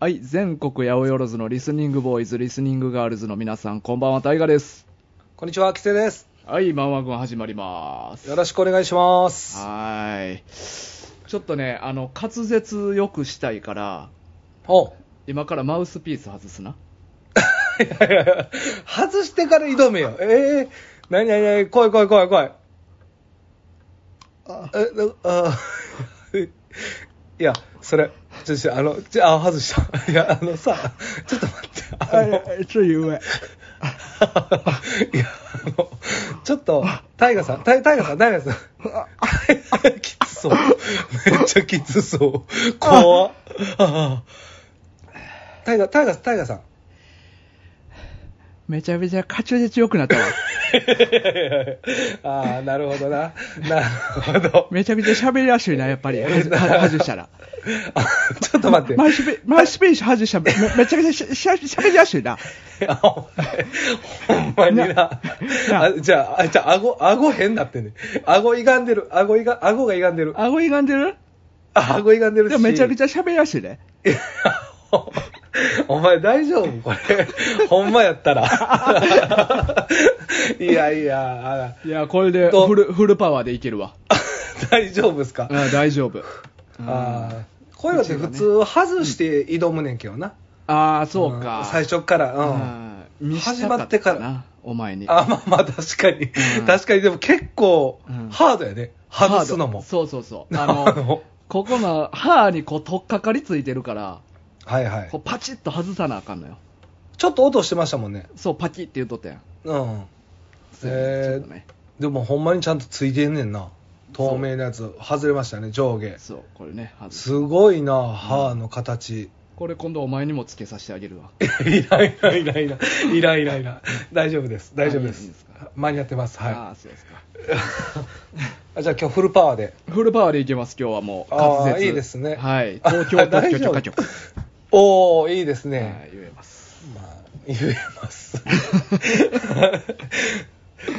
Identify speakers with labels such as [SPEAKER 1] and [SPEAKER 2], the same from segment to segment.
[SPEAKER 1] はい、全国八百万のリスニングボーイズ、リスニングガールズの皆さん、こんばんは、タイガです。
[SPEAKER 2] こんにちは、キセです。
[SPEAKER 1] はい、マンワ軍始まります。
[SPEAKER 2] よ
[SPEAKER 1] は
[SPEAKER 2] ろしくお願いします。
[SPEAKER 1] ーい。ちょっとね、あの、滑舌よくしたいから、
[SPEAKER 2] お
[SPEAKER 1] 今からマウスピース外すな。
[SPEAKER 2] 外してから挑めよ。ええなになになに、怖い怖い怖い怖い。あ、え、なあ、 いや、それ、ちょっと、あの、ちょ、あ、外した。い や、あのさ、ちょっと待って、あの、
[SPEAKER 1] ちょ、ゆうえ。
[SPEAKER 2] いや、あの、ちょっと、タイガさん、タイタイガさん、タイガさん。きつそう。めっちゃきつそう。怖っああタイガ、タイガ、タイガさん。
[SPEAKER 1] めちゃめちゃカチュレチよくなったわ。
[SPEAKER 2] ああ、なるほどな。なるほど。
[SPEAKER 1] めちゃめちゃ喋りやすいな、やっぱり。はじは外したら。
[SPEAKER 2] あちょっと待って。
[SPEAKER 1] マウスピマウスピース外したらめめちゃめちゃしゃしゃべりやすい な。
[SPEAKER 2] あお前ほんまにな。
[SPEAKER 1] な
[SPEAKER 2] あじゃあ、あじゃあ、顎、顎変なってんね。顎歪んでる。顎いが、顎が歪んでる。
[SPEAKER 1] 顎歪んでる
[SPEAKER 2] あ顎歪んでる
[SPEAKER 1] で
[SPEAKER 2] し。
[SPEAKER 1] もめちゃめち
[SPEAKER 2] ゃ。
[SPEAKER 1] ゃ喋りやすいね。
[SPEAKER 2] お前大丈夫これ。ほんまやったら。 いやいや、
[SPEAKER 1] いや、これで
[SPEAKER 2] と
[SPEAKER 1] フルフルパワーでいけるわ。
[SPEAKER 2] あ大丈夫ですか。
[SPEAKER 1] うん、大丈夫。
[SPEAKER 2] あ
[SPEAKER 1] あ
[SPEAKER 2] ーこういうのって普通外して挑むねんけどな。
[SPEAKER 1] あー、そうか。
[SPEAKER 2] ん最初から。
[SPEAKER 1] う
[SPEAKER 2] うん
[SPEAKER 1] ん、見せたか
[SPEAKER 2] 始まってから
[SPEAKER 1] な、お前に。
[SPEAKER 2] あ、まあまあ、確かに。
[SPEAKER 1] うん
[SPEAKER 2] 確かに、でも結構
[SPEAKER 1] うん、
[SPEAKER 2] ハードやね。外すのも。
[SPEAKER 1] ハードそうそうそう。
[SPEAKER 2] あ
[SPEAKER 1] あの、
[SPEAKER 2] の、
[SPEAKER 1] ここの歯にこう、とっかかりついてるから、
[SPEAKER 2] はいはい
[SPEAKER 1] こ。うパチッと外さなあかんのよ。
[SPEAKER 2] ちょっと音してましたもんね。
[SPEAKER 1] そう、パキッて言うとったやん。
[SPEAKER 2] うん。
[SPEAKER 1] そうやねちょ
[SPEAKER 2] えー
[SPEAKER 1] っとね。
[SPEAKER 2] でも、ほんまにちゃんとついてんねんな。透明なやつ、外れましたね、上下。
[SPEAKER 1] そう、これね、外す。
[SPEAKER 2] すごいな、歯の形。
[SPEAKER 1] これ今度お前にもつけさせてあげるわ。
[SPEAKER 2] いらんいらんいらんいらんいらんいらんいらん大丈夫です。大丈夫で
[SPEAKER 1] あいいん
[SPEAKER 2] す
[SPEAKER 1] ですか。
[SPEAKER 2] 間に合ってます。
[SPEAKER 1] あ
[SPEAKER 2] は
[SPEAKER 1] あ、そうですか。
[SPEAKER 2] い。あじゃあ今日フルパワーで。
[SPEAKER 1] フルパワーでいけます、今日はもう。
[SPEAKER 2] あー
[SPEAKER 1] 滑舌
[SPEAKER 2] いいですね
[SPEAKER 1] はい。東京特許許可局。
[SPEAKER 2] おー、いいですね。
[SPEAKER 1] はい、言えます。
[SPEAKER 2] まあ、言えます。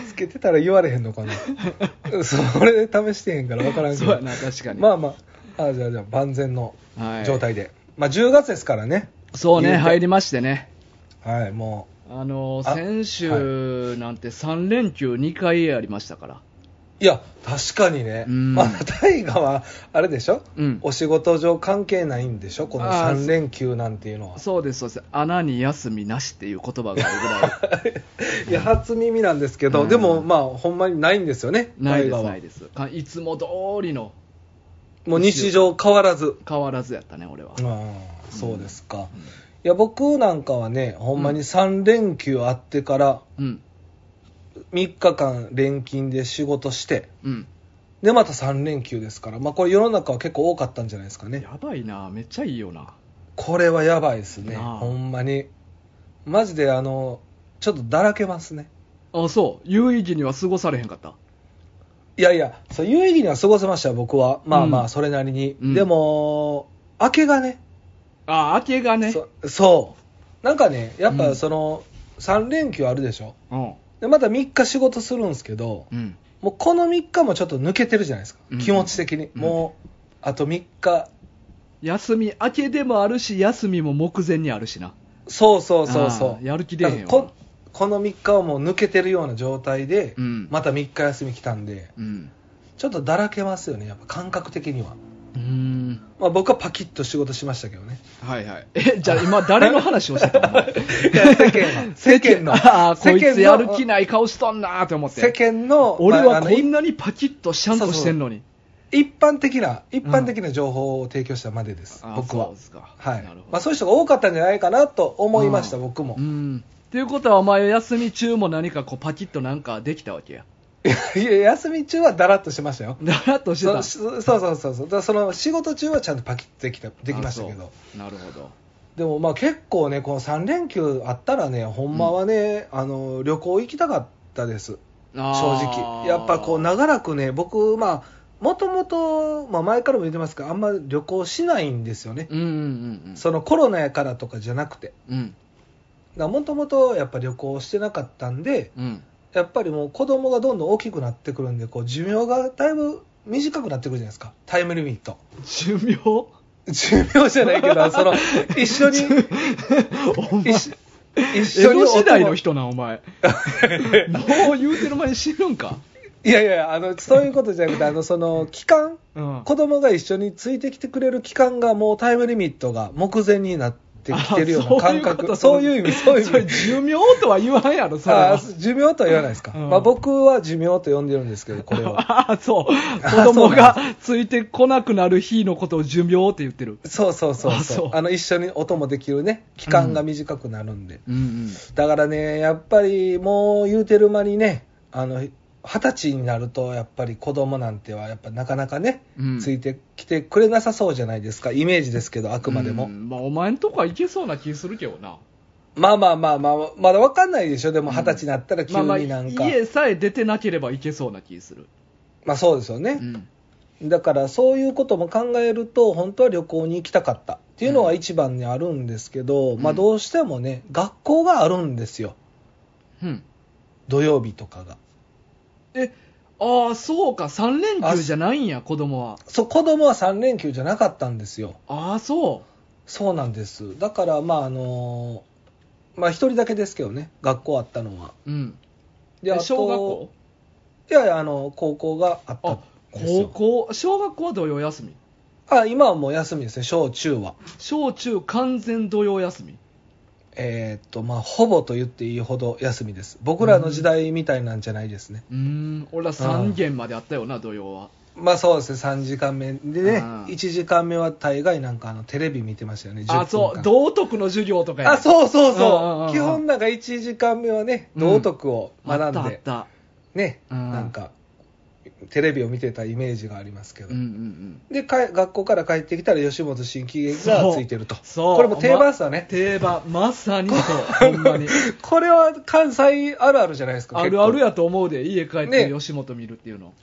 [SPEAKER 2] つけてたら言われへんのかな。それで試してへんから分からんけ
[SPEAKER 1] そう
[SPEAKER 2] ど。
[SPEAKER 1] やな、確かに。
[SPEAKER 2] まあまあ、あじゃあじゃあ万全の
[SPEAKER 1] はい
[SPEAKER 2] 状態で。まあ10月ですからね。
[SPEAKER 1] そうね、
[SPEAKER 2] 言うて
[SPEAKER 1] 入りましてね。
[SPEAKER 2] はい、も
[SPEAKER 1] あの
[SPEAKER 2] あ
[SPEAKER 1] 先週なんて3連休2回ありましたから、
[SPEAKER 2] う。いや、確かにね。
[SPEAKER 1] うん
[SPEAKER 2] まあ、大河は、あれでしょ、
[SPEAKER 1] うん
[SPEAKER 2] お仕事上関係ないんでしょこの
[SPEAKER 1] あー
[SPEAKER 2] 3連休なんていうのは。
[SPEAKER 1] そうです、そうです、穴に休みなしっていう言葉があ るぐらい、
[SPEAKER 2] いや、初耳なんですけど、
[SPEAKER 1] うん
[SPEAKER 2] でもまあ、ほんまにないんですよね。
[SPEAKER 1] ないで
[SPEAKER 2] 大河
[SPEAKER 1] す、
[SPEAKER 2] は
[SPEAKER 1] ないです、かいつも通りの
[SPEAKER 2] もう日常変わらず。
[SPEAKER 1] 変わらずやったね、俺は。
[SPEAKER 2] ああそうですか、いや僕なんかはねほんまに3連休あってから
[SPEAKER 1] うん、
[SPEAKER 2] 3日間連勤で仕事して
[SPEAKER 1] うん、
[SPEAKER 2] でまた3連休ですからまあこれ世の中は結構多かったんじゃないですかね
[SPEAKER 1] やばいな、めっちゃいいよな、
[SPEAKER 2] これはやばいですね
[SPEAKER 1] なあ
[SPEAKER 2] ほんまにマジであのちょっとだらけますね
[SPEAKER 1] あそう、有意義には過ごされへんかった、
[SPEAKER 2] いやいやそう有意義には過ごせましたよ僕はまあま
[SPEAKER 1] うん
[SPEAKER 2] あそれなりに、
[SPEAKER 1] うん
[SPEAKER 2] でも明けがね
[SPEAKER 1] あ明けがね、
[SPEAKER 2] そそうなんかねやっ
[SPEAKER 1] うん
[SPEAKER 2] ぱその3連休あるでしょ
[SPEAKER 1] うん、
[SPEAKER 2] でまた3日仕事するんですけど、
[SPEAKER 1] うん、
[SPEAKER 2] もうこの3日もちょっと抜けてるじゃないですか、
[SPEAKER 1] うん
[SPEAKER 2] 気持ち的に、
[SPEAKER 1] うん
[SPEAKER 2] もうあと3日
[SPEAKER 1] 休み、明けでもあるし、休みも目前にあるしな、
[SPEAKER 2] そうそうそうそ
[SPEAKER 1] あー
[SPEAKER 2] う
[SPEAKER 1] やる気出えへんわ
[SPEAKER 2] だからここの3日はもう抜けてるような状態で、
[SPEAKER 1] うん
[SPEAKER 2] また3日休み来たんで
[SPEAKER 1] うん、
[SPEAKER 2] ちょっとだらけますよねやっぱ感覚的には、
[SPEAKER 1] うーん、
[SPEAKER 2] まあ、僕はパキッと仕事しましたけどね
[SPEAKER 1] はいはい、え、じゃあ、今、誰の話をしてたのお前
[SPEAKER 2] いや世間の世間の
[SPEAKER 1] ああ、こいつやる気
[SPEAKER 2] な
[SPEAKER 1] ない顔しとんなーって思って。
[SPEAKER 2] 世間の
[SPEAKER 1] 俺
[SPEAKER 2] まあ
[SPEAKER 1] は
[SPEAKER 2] あの
[SPEAKER 1] こんなにパキッとシャンとしてんのに。
[SPEAKER 2] 一般的な一般的な情報を提供したまでです、
[SPEAKER 1] ああ
[SPEAKER 2] 僕は
[SPEAKER 1] そうですか
[SPEAKER 2] はい
[SPEAKER 1] なるほど
[SPEAKER 2] まあ、そういう人が多かったんじゃないかなと思いました、
[SPEAKER 1] うん
[SPEAKER 2] 僕も
[SPEAKER 1] う、ん。っていうことはお前休み中も何かこうパキッとなんかできたわけや。
[SPEAKER 2] いやいや休み中はだらっとしましたよ
[SPEAKER 1] だらっとしてた。
[SPEAKER 2] そそそうそうそうそうだからその仕事中はちゃんとパキッとできたできましたけ
[SPEAKER 1] あ
[SPEAKER 2] ど
[SPEAKER 1] そうなるほど。
[SPEAKER 2] でもまあ結構ねこの3連休あったらねほんまはね、あの旅行行きたかったです正直やっぱこう長らくね僕まあもともと、まあ、前からも言ってますけどあんま旅行しないんですよね、
[SPEAKER 1] うんうんうんうん。
[SPEAKER 2] そのコロナやからとかじゃなくて
[SPEAKER 1] うん。
[SPEAKER 2] もともとやっぱ旅行してなかったんで
[SPEAKER 1] うん。
[SPEAKER 2] やっぱりもう子供がどんどん大きくなって くるんでこう寿命がだいぶ短くなってくるじゃないですかタイムリミット
[SPEAKER 1] 寿命
[SPEAKER 2] 寿命じゃないけど、その、一 緒に、
[SPEAKER 1] お前
[SPEAKER 2] 一
[SPEAKER 1] 江
[SPEAKER 2] 緒一緒に
[SPEAKER 1] 戸時代
[SPEAKER 2] お
[SPEAKER 1] の
[SPEAKER 2] 供
[SPEAKER 1] 人なお前 もう言うてる前に死ぬんか
[SPEAKER 2] いやいや、あの、そういうことじゃなくて、あの、その、期間、
[SPEAKER 1] うん
[SPEAKER 2] 子供が一緒についてきてくれる期間がもうタイムリミットが目前になってきてるような感覚、
[SPEAKER 1] あ
[SPEAKER 2] そういう意味、そういう
[SPEAKER 1] そ
[SPEAKER 2] 意
[SPEAKER 1] れ
[SPEAKER 2] 味。
[SPEAKER 1] 寿命とは言わんやろそれ
[SPEAKER 2] あ
[SPEAKER 1] は
[SPEAKER 2] ー寿命とは言わないですか、
[SPEAKER 1] うん
[SPEAKER 2] まあ、僕は寿命と呼んでるんですけど、これは。
[SPEAKER 1] ああそう
[SPEAKER 2] あ
[SPEAKER 1] 子供
[SPEAKER 2] そう
[SPEAKER 1] がついてこなくなる日のことを寿命って言ってる
[SPEAKER 2] そうそうそう
[SPEAKER 1] あ
[SPEAKER 2] そ
[SPEAKER 1] そうう
[SPEAKER 2] あの一緒に音もできるね、期間が短くなるんで、
[SPEAKER 1] うん
[SPEAKER 2] だからね、やっぱりもう言うてる間にね、あの二十歳になると、やっぱり子供なんては、やっぱなかなかね、
[SPEAKER 1] うんうん
[SPEAKER 2] ついてきてくれなさそうじゃないですか、イメージですけど、あ
[SPEAKER 1] あ
[SPEAKER 2] くまでも。
[SPEAKER 1] まあお前んとこはいけそうな気するけどな
[SPEAKER 2] まあまあまあまあ、まだわかんないでしょ、でも二十歳になったら急
[SPEAKER 1] まあまあ
[SPEAKER 2] になんか、まあ、
[SPEAKER 1] 家さえ出てなければいけそうな気する
[SPEAKER 2] そうですよ
[SPEAKER 1] う
[SPEAKER 2] ね、
[SPEAKER 1] ん
[SPEAKER 2] だからそういうことも考えると、本当は旅行に行きたかったっていうのは一番にあるんですけど、
[SPEAKER 1] うん
[SPEAKER 2] まあどうしてもね、学校があるんですよ、
[SPEAKER 1] うん
[SPEAKER 2] 土曜日とかが。
[SPEAKER 1] えああそうか3連休じゃないんや子供は
[SPEAKER 2] そう子供は3連休じゃなかったんですよ。
[SPEAKER 1] ああそ
[SPEAKER 2] そうなんです。だから、まあ、あのまあ、一人だけですけどね、学校あったのは。
[SPEAKER 1] ううん
[SPEAKER 2] で、あ
[SPEAKER 1] え
[SPEAKER 2] と
[SPEAKER 1] 小学校
[SPEAKER 2] いやいや、あの、高校があった
[SPEAKER 1] あ
[SPEAKER 2] んです
[SPEAKER 1] 高
[SPEAKER 2] よ。
[SPEAKER 1] 校小学校は土曜休み
[SPEAKER 2] あ、今はもう休みですね、小中は。
[SPEAKER 1] 小中完全土曜休み
[SPEAKER 2] えーっと、まあ、ほぼと言っていいほど休みです。僕らの時代みたいなんじゃないですね。
[SPEAKER 1] うーん俺は3限まであったよな土曜は
[SPEAKER 2] まあ、そうですね、3時間目。でね、
[SPEAKER 1] うん
[SPEAKER 2] 1時間目は大概なんか、あの、テレビ見てましたよね、
[SPEAKER 1] あ
[SPEAKER 2] 10分
[SPEAKER 1] そ
[SPEAKER 2] 間
[SPEAKER 1] う道徳の授業とかや
[SPEAKER 2] あ、そう
[SPEAKER 1] うんうん
[SPEAKER 2] そう
[SPEAKER 1] うん
[SPEAKER 2] そうう。
[SPEAKER 1] ん
[SPEAKER 2] 基本なんか1時間目はね、
[SPEAKER 1] うん
[SPEAKER 2] 道徳を学んで。
[SPEAKER 1] あったあっ
[SPEAKER 2] ね、
[SPEAKER 1] うん
[SPEAKER 2] なんかテレビを見てたイメージがありますけ
[SPEAKER 1] た
[SPEAKER 2] ど、
[SPEAKER 1] うんうんうん
[SPEAKER 2] でかえ学校から帰ってきたら吉本新喜劇
[SPEAKER 1] そ
[SPEAKER 2] が
[SPEAKER 1] う
[SPEAKER 2] ついてると
[SPEAKER 1] そう
[SPEAKER 2] これも定番ですよね
[SPEAKER 1] 定番まさにそうほんま に
[SPEAKER 2] これは関西あるあるじゃないですか
[SPEAKER 1] あ
[SPEAKER 2] 結
[SPEAKER 1] る
[SPEAKER 2] 構
[SPEAKER 1] あるやと思うで家帰って
[SPEAKER 2] ね
[SPEAKER 1] 吉本見るっていうの、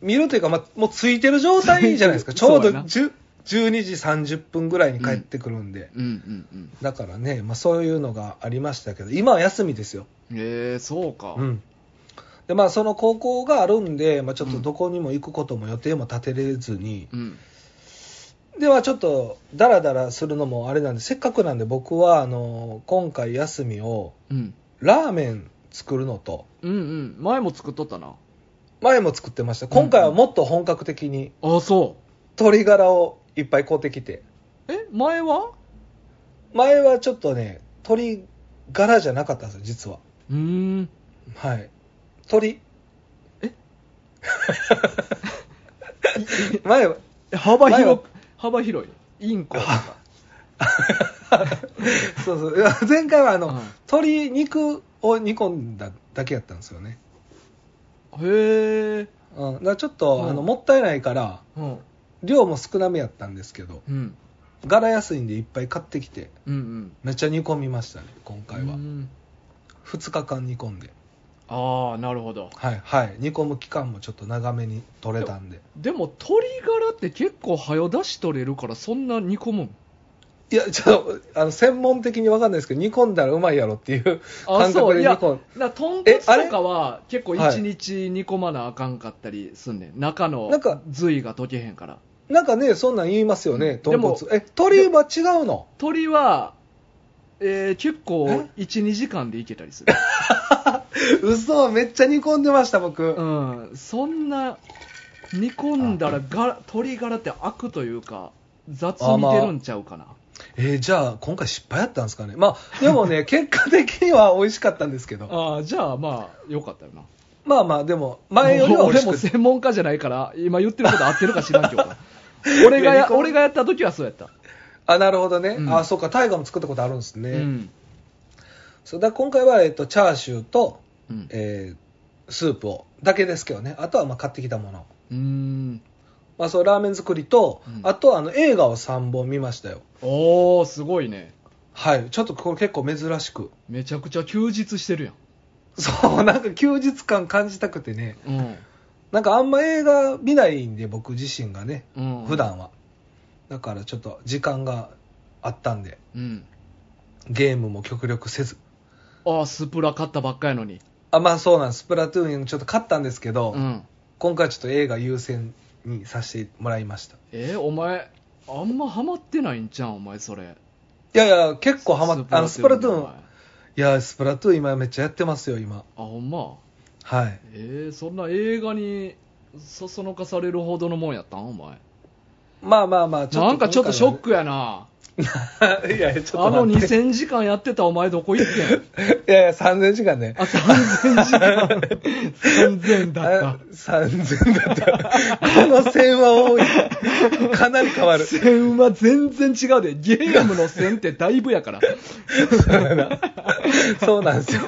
[SPEAKER 2] 見るというか、まあ、もうついてる状態じゃないですかちょう
[SPEAKER 1] そ
[SPEAKER 2] ど
[SPEAKER 1] うやな
[SPEAKER 2] 10 12時30分ぐらいに帰ってくるんで、
[SPEAKER 1] うんうんうん
[SPEAKER 2] だからね、まあ、そういうのがありましたけど今は休みですよ、
[SPEAKER 1] えー、そうか、
[SPEAKER 2] うんでまあ、その高校があるんで、まあ、ちょっとどこにも行くことも予定も立てれずに、
[SPEAKER 1] うん
[SPEAKER 2] ではちょっとダラダラするのもあれなんでせっかくなんで僕はあの今回休みを
[SPEAKER 1] うん
[SPEAKER 2] ラーメン作るのと
[SPEAKER 1] うんうん前も作っとったな
[SPEAKER 2] 前も作ってました今回はもっと本格的に
[SPEAKER 1] あそ
[SPEAKER 2] 鶏ガラをいっぱい買うてきて
[SPEAKER 1] うえ前は
[SPEAKER 2] 前はちょっとね鶏ガラじゃなかったんですよ実は
[SPEAKER 1] うーん
[SPEAKER 2] はい鶏
[SPEAKER 1] え
[SPEAKER 2] 前は
[SPEAKER 1] 幅
[SPEAKER 2] 前は
[SPEAKER 1] 広く幅広いインコとか
[SPEAKER 2] そうそういや前回はあの、
[SPEAKER 1] うん
[SPEAKER 2] 鶏肉を煮込んだだけやったんですよね
[SPEAKER 1] へえ
[SPEAKER 2] うん、だからちょっと、
[SPEAKER 1] うん
[SPEAKER 2] あのもったいないから
[SPEAKER 1] うん
[SPEAKER 2] 量も少なめやったんですけど
[SPEAKER 1] うん
[SPEAKER 2] 柄安いんでいっぱい買ってきて
[SPEAKER 1] うんうん
[SPEAKER 2] めっちゃ煮込みましたね今回は、
[SPEAKER 1] うん
[SPEAKER 2] 2日間煮込んで
[SPEAKER 1] ああなるほど
[SPEAKER 2] はいはい煮込む期間もちょっと長めに取れたんで
[SPEAKER 1] でも鶏ガラって結構早出し取れるからそんな煮込むん
[SPEAKER 2] いやちょっとあの専門的に分かんないですけど煮込んだらうまいやろっていう感覚で煮込ん
[SPEAKER 1] な豚骨
[SPEAKER 2] えあれ
[SPEAKER 1] とかは結構1日煮込まなあかんかったりすんねん中の
[SPEAKER 2] なんか
[SPEAKER 1] 髄が溶けへんから
[SPEAKER 2] なんかねそんなん言いますよね
[SPEAKER 1] で
[SPEAKER 2] 豚
[SPEAKER 1] も
[SPEAKER 2] 骨え鶏は違うの
[SPEAKER 1] 鶏は、えー結構
[SPEAKER 2] え
[SPEAKER 1] 12時間でいけたり する
[SPEAKER 2] 嘘めっちゃ煮込んでました僕、
[SPEAKER 1] うんそんな煮込んだらが鶏ガラって悪というか雑に出るんちゃうかな、
[SPEAKER 2] えーじゃあ今回失敗やったんですかねまあでも ね結果的には美味しかったんですけど
[SPEAKER 1] ああじゃあまあよかったよな
[SPEAKER 2] まあまあ、でも、前よりは美
[SPEAKER 1] 俺
[SPEAKER 2] 味
[SPEAKER 1] も
[SPEAKER 2] しくて
[SPEAKER 1] 専門家じゃないから今言ってること合ってるか知 らんけどな俺が
[SPEAKER 2] いや
[SPEAKER 1] や
[SPEAKER 2] ニコ
[SPEAKER 1] 俺がやった時はそうやった、
[SPEAKER 2] あ、なるほどね。
[SPEAKER 1] うん
[SPEAKER 2] あ、そうか、大河も作ったことあるんですね。
[SPEAKER 1] うん
[SPEAKER 2] そうだ今回は、えっと、チャーシューと、
[SPEAKER 1] うん
[SPEAKER 2] えースープを、だけですけどね。あとは、まあ、買ってきたもの。
[SPEAKER 1] うーん
[SPEAKER 2] まあ、そう、ラーメン作りと、
[SPEAKER 1] うん
[SPEAKER 2] あとは、あの、映画を3本見ましたよ。
[SPEAKER 1] おおすごいね
[SPEAKER 2] はい。ちょっとこれ結構珍しく。
[SPEAKER 1] めちゃくちゃ休日してるやん
[SPEAKER 2] そう、なんか休日感感じたくてね。
[SPEAKER 1] うん
[SPEAKER 2] なんかあんま映画見ないんで、僕自身がね、
[SPEAKER 1] うん、
[SPEAKER 2] 普段は。だから、ちょっと時間があったんで、
[SPEAKER 1] うん、
[SPEAKER 2] ゲームも極力せず。
[SPEAKER 1] ああスプラ買ったばっかやのに、
[SPEAKER 2] あまあそうなんですスプラトゥーンちょっと勝ったんですけど、
[SPEAKER 1] うん、
[SPEAKER 2] 今回はちょっと映画優先にさせてもらいました
[SPEAKER 1] えーお前あんまハマってないんじゃんお前それ
[SPEAKER 2] いやいや、結構ハマって、あの、スプラトゥ
[SPEAKER 1] お
[SPEAKER 2] ーン
[SPEAKER 1] 前。
[SPEAKER 2] いや、スプラトゥーン今めっちゃやってますよ、今。
[SPEAKER 1] あほんま
[SPEAKER 2] はい。
[SPEAKER 1] えー、そんな映画にそそのかされるほどのもんやったんお前
[SPEAKER 2] まあまあまあ、
[SPEAKER 1] なんかちょっとショックやな
[SPEAKER 2] ク。 いやいや、ちょ
[SPEAKER 1] あ
[SPEAKER 2] っ
[SPEAKER 1] の
[SPEAKER 2] と待って。
[SPEAKER 1] 2000時間やってたお前どこ行って ん
[SPEAKER 2] いやいや、3000時間ね。
[SPEAKER 1] あ3000時間3000だ
[SPEAKER 2] あ
[SPEAKER 1] っ
[SPEAKER 2] 3000だった。この線は多い。かなり変わ
[SPEAKER 1] た
[SPEAKER 2] る。
[SPEAKER 1] 1000は全然違うでゲームの1000ってだいぶやから
[SPEAKER 2] そうなんですよ。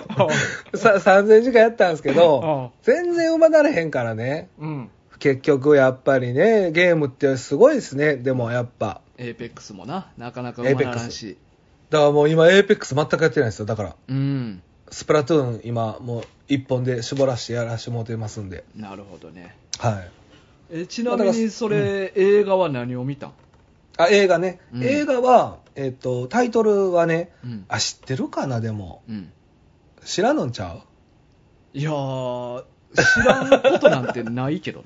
[SPEAKER 2] さ3000時間やったんですけど、全然生まなれへんからね。
[SPEAKER 1] うん
[SPEAKER 2] 結局、やっぱりね、ゲームってすごいですね。でもやっぱ。
[SPEAKER 1] エーペックスもななかなかうまならんし
[SPEAKER 2] だからもう今、エーペックス全くやってないですよ。だから。
[SPEAKER 1] うん
[SPEAKER 2] スプラトゥーン今もう一本で絞らしてやらしてもらってますんで、
[SPEAKER 1] なるほどね
[SPEAKER 2] はい、
[SPEAKER 1] えちなみにそれ、映画は何を見たん
[SPEAKER 2] あ映画ね、
[SPEAKER 1] うん
[SPEAKER 2] 映画は、えっとタイトルはね
[SPEAKER 1] うん、
[SPEAKER 2] あ知ってるかなでも
[SPEAKER 1] うん、
[SPEAKER 2] 知らんのんちゃう
[SPEAKER 1] いやー知らんことなんてないけどな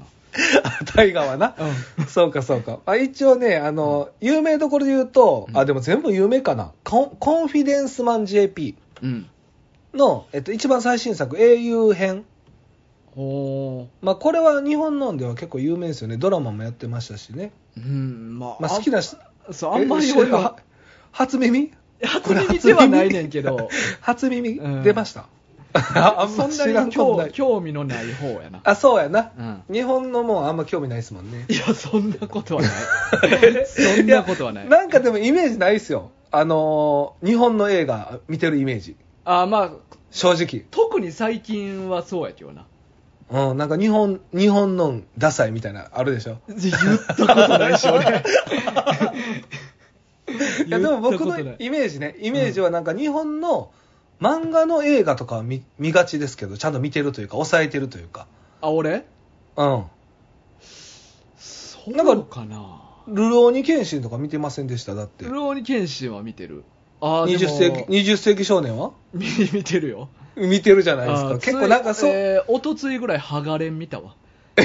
[SPEAKER 2] あ大河はな そうかそうか、あ、一応ねあの有名どころで言うと、
[SPEAKER 1] うん
[SPEAKER 2] あでも全部有名かなコンコンフィデンスマン JP
[SPEAKER 1] うん
[SPEAKER 2] の、えっと、一番最新作英雄編
[SPEAKER 1] ほ
[SPEAKER 2] まあこれは日本のんでは結構有名ですよねドラマもやってましたしね、
[SPEAKER 1] ううんまあ、
[SPEAKER 2] まあ、好きなし
[SPEAKER 1] そうあんまり
[SPEAKER 2] え
[SPEAKER 1] 俺
[SPEAKER 2] は
[SPEAKER 1] は
[SPEAKER 2] 初耳
[SPEAKER 1] 初耳ではないねんけど
[SPEAKER 2] 初耳
[SPEAKER 1] うん
[SPEAKER 2] 出 ました、 あん
[SPEAKER 1] そ
[SPEAKER 2] ま
[SPEAKER 1] んな
[SPEAKER 2] 知らん
[SPEAKER 1] に
[SPEAKER 2] こと
[SPEAKER 1] 興
[SPEAKER 2] ない
[SPEAKER 1] 興味のない方やな
[SPEAKER 2] あそうやな、
[SPEAKER 1] うん
[SPEAKER 2] 日本のもんあんま興味ないですもんね
[SPEAKER 1] いやそんなこと はないそんなことはない
[SPEAKER 2] なんかでもイメージないですよあのー日本の映画見てるイメージ
[SPEAKER 1] あまあ
[SPEAKER 2] 正直
[SPEAKER 1] 特に最近はそうやけどな
[SPEAKER 2] うん、なんか日本、日本のんダサいみたいな、あるでしょ。
[SPEAKER 1] 言ったことないし 俺
[SPEAKER 2] いや、でも僕
[SPEAKER 1] 言った
[SPEAKER 2] の
[SPEAKER 1] ことない
[SPEAKER 2] イメージね、イメージはなんか日本の漫画の映画とかは見見がちですけど、ちゃんと見てるというか、抑えてるというか。
[SPEAKER 1] あ俺
[SPEAKER 2] うん。
[SPEAKER 1] そう
[SPEAKER 2] なんか
[SPEAKER 1] かな
[SPEAKER 2] ルローニケンシンとか見てませんでしただって。
[SPEAKER 1] ルローニケンシンは見てるあーで
[SPEAKER 2] 20
[SPEAKER 1] も
[SPEAKER 2] 世紀、20世紀少年は
[SPEAKER 1] 見 見てるよ
[SPEAKER 2] 見てるじゃないです
[SPEAKER 1] あ
[SPEAKER 2] か。
[SPEAKER 1] ー
[SPEAKER 2] 結構なんか
[SPEAKER 1] つい
[SPEAKER 2] そう、
[SPEAKER 1] えー、おとついぐらいハガレン見たわ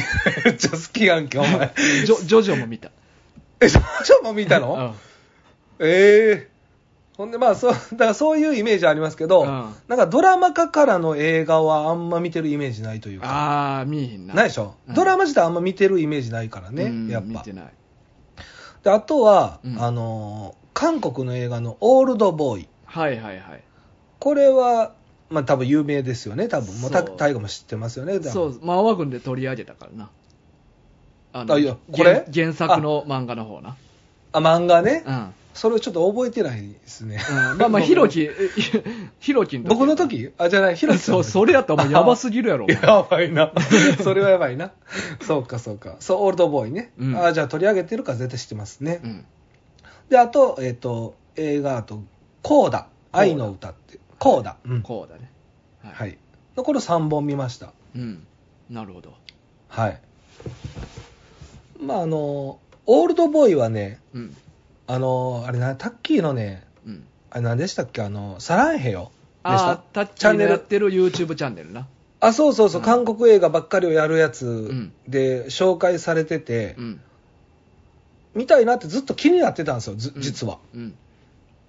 [SPEAKER 2] めっちゃ好きやんけ、お 前。
[SPEAKER 1] ジョジョジョも見た
[SPEAKER 2] え、少女も見たのええほんで、まあ、そう、 だからそういうイメージありますけど、
[SPEAKER 1] うん
[SPEAKER 2] なんかドラマ化からの映画はあんま見てるイメージないというか、
[SPEAKER 1] ああ見えへんな
[SPEAKER 2] ないでしょ、
[SPEAKER 1] うん
[SPEAKER 2] ドラマ自体あんま見てるイメージないから
[SPEAKER 1] う
[SPEAKER 2] ね、
[SPEAKER 1] ん
[SPEAKER 2] やっ
[SPEAKER 1] 見
[SPEAKER 2] ぱ
[SPEAKER 1] て。ない
[SPEAKER 2] で、あとは、
[SPEAKER 1] うん
[SPEAKER 2] あのー韓国の映画のオールドボーイ。
[SPEAKER 1] はいはいはい
[SPEAKER 2] これは、まあ多分有名ですよね、多分。もうた
[SPEAKER 1] そう
[SPEAKER 2] 大河も知ってますよね、多分
[SPEAKER 1] そうマワ軍で取り上げたからなあ
[SPEAKER 2] あいやこれ
[SPEAKER 1] 原原作の漫画の方な
[SPEAKER 2] あ、漫画ね。
[SPEAKER 1] うん、うん
[SPEAKER 2] それをちょっと覚えてないですね。
[SPEAKER 1] ま あまあ、ひろき、 えひろきの時
[SPEAKER 2] 僕の時あ、じゃない、ヒロシさん
[SPEAKER 1] そう、それやった らもうやばすぎるやろ。お前
[SPEAKER 2] やばいな。 それはやばいな。そうか、そうか。そう、オールドボーイね。
[SPEAKER 1] うん
[SPEAKER 2] あじゃあ取り上げてるから絶対知ってますね。
[SPEAKER 1] うん。
[SPEAKER 2] で、あと、えっ、と、映画、あと、コーダ。愛の歌って。コーダ。うん。
[SPEAKER 1] こうだね。はい。
[SPEAKER 2] はい。のこれ3本見ました。
[SPEAKER 1] うん。なるほど。
[SPEAKER 2] はい。まあ、あの、オールドボーイはね、
[SPEAKER 1] うん。
[SPEAKER 2] あの、あれな、タッキーのね、
[SPEAKER 1] うん。
[SPEAKER 2] あれ何でしたっけ、あの、サランヘヨでし
[SPEAKER 1] ああ
[SPEAKER 2] た
[SPEAKER 1] ー、タッチャンネルやってる YouTube チャンネルな。
[SPEAKER 2] あ、そうそうそう、
[SPEAKER 1] うん
[SPEAKER 2] 韓国映画ばっかりをやるやつ
[SPEAKER 1] ん
[SPEAKER 2] で紹介されてて、
[SPEAKER 1] うん。
[SPEAKER 2] 見たいなってずっと気になってたんですよ、ず
[SPEAKER 1] うん
[SPEAKER 2] 実は。
[SPEAKER 1] うん。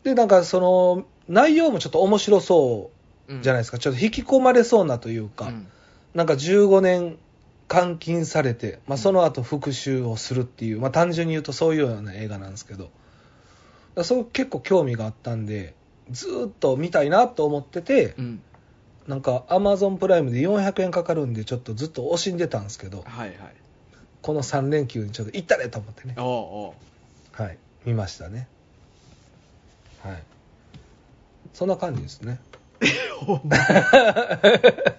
[SPEAKER 2] で、なんかその、内容もちょっと面白そうじゃな
[SPEAKER 1] い
[SPEAKER 2] いですか、ちょっと引き込まれそうなというか、なんか15年監禁されて、まあ、その後復讐をするっていう、まあ、単純に言うとそういうような映画なんですけど、だからそこ結構興味があったんで、ずーっと見たいなと思ってて、
[SPEAKER 1] うん。
[SPEAKER 2] なんかアマゾンプライムで400円かかるんで、ちょっとずっと惜しんでたんですけど、
[SPEAKER 1] はいはい。
[SPEAKER 2] この3連休にちょっと行ったれと思ってね、
[SPEAKER 1] おうお
[SPEAKER 2] はい、見ましたね。はい。そんな感じですね。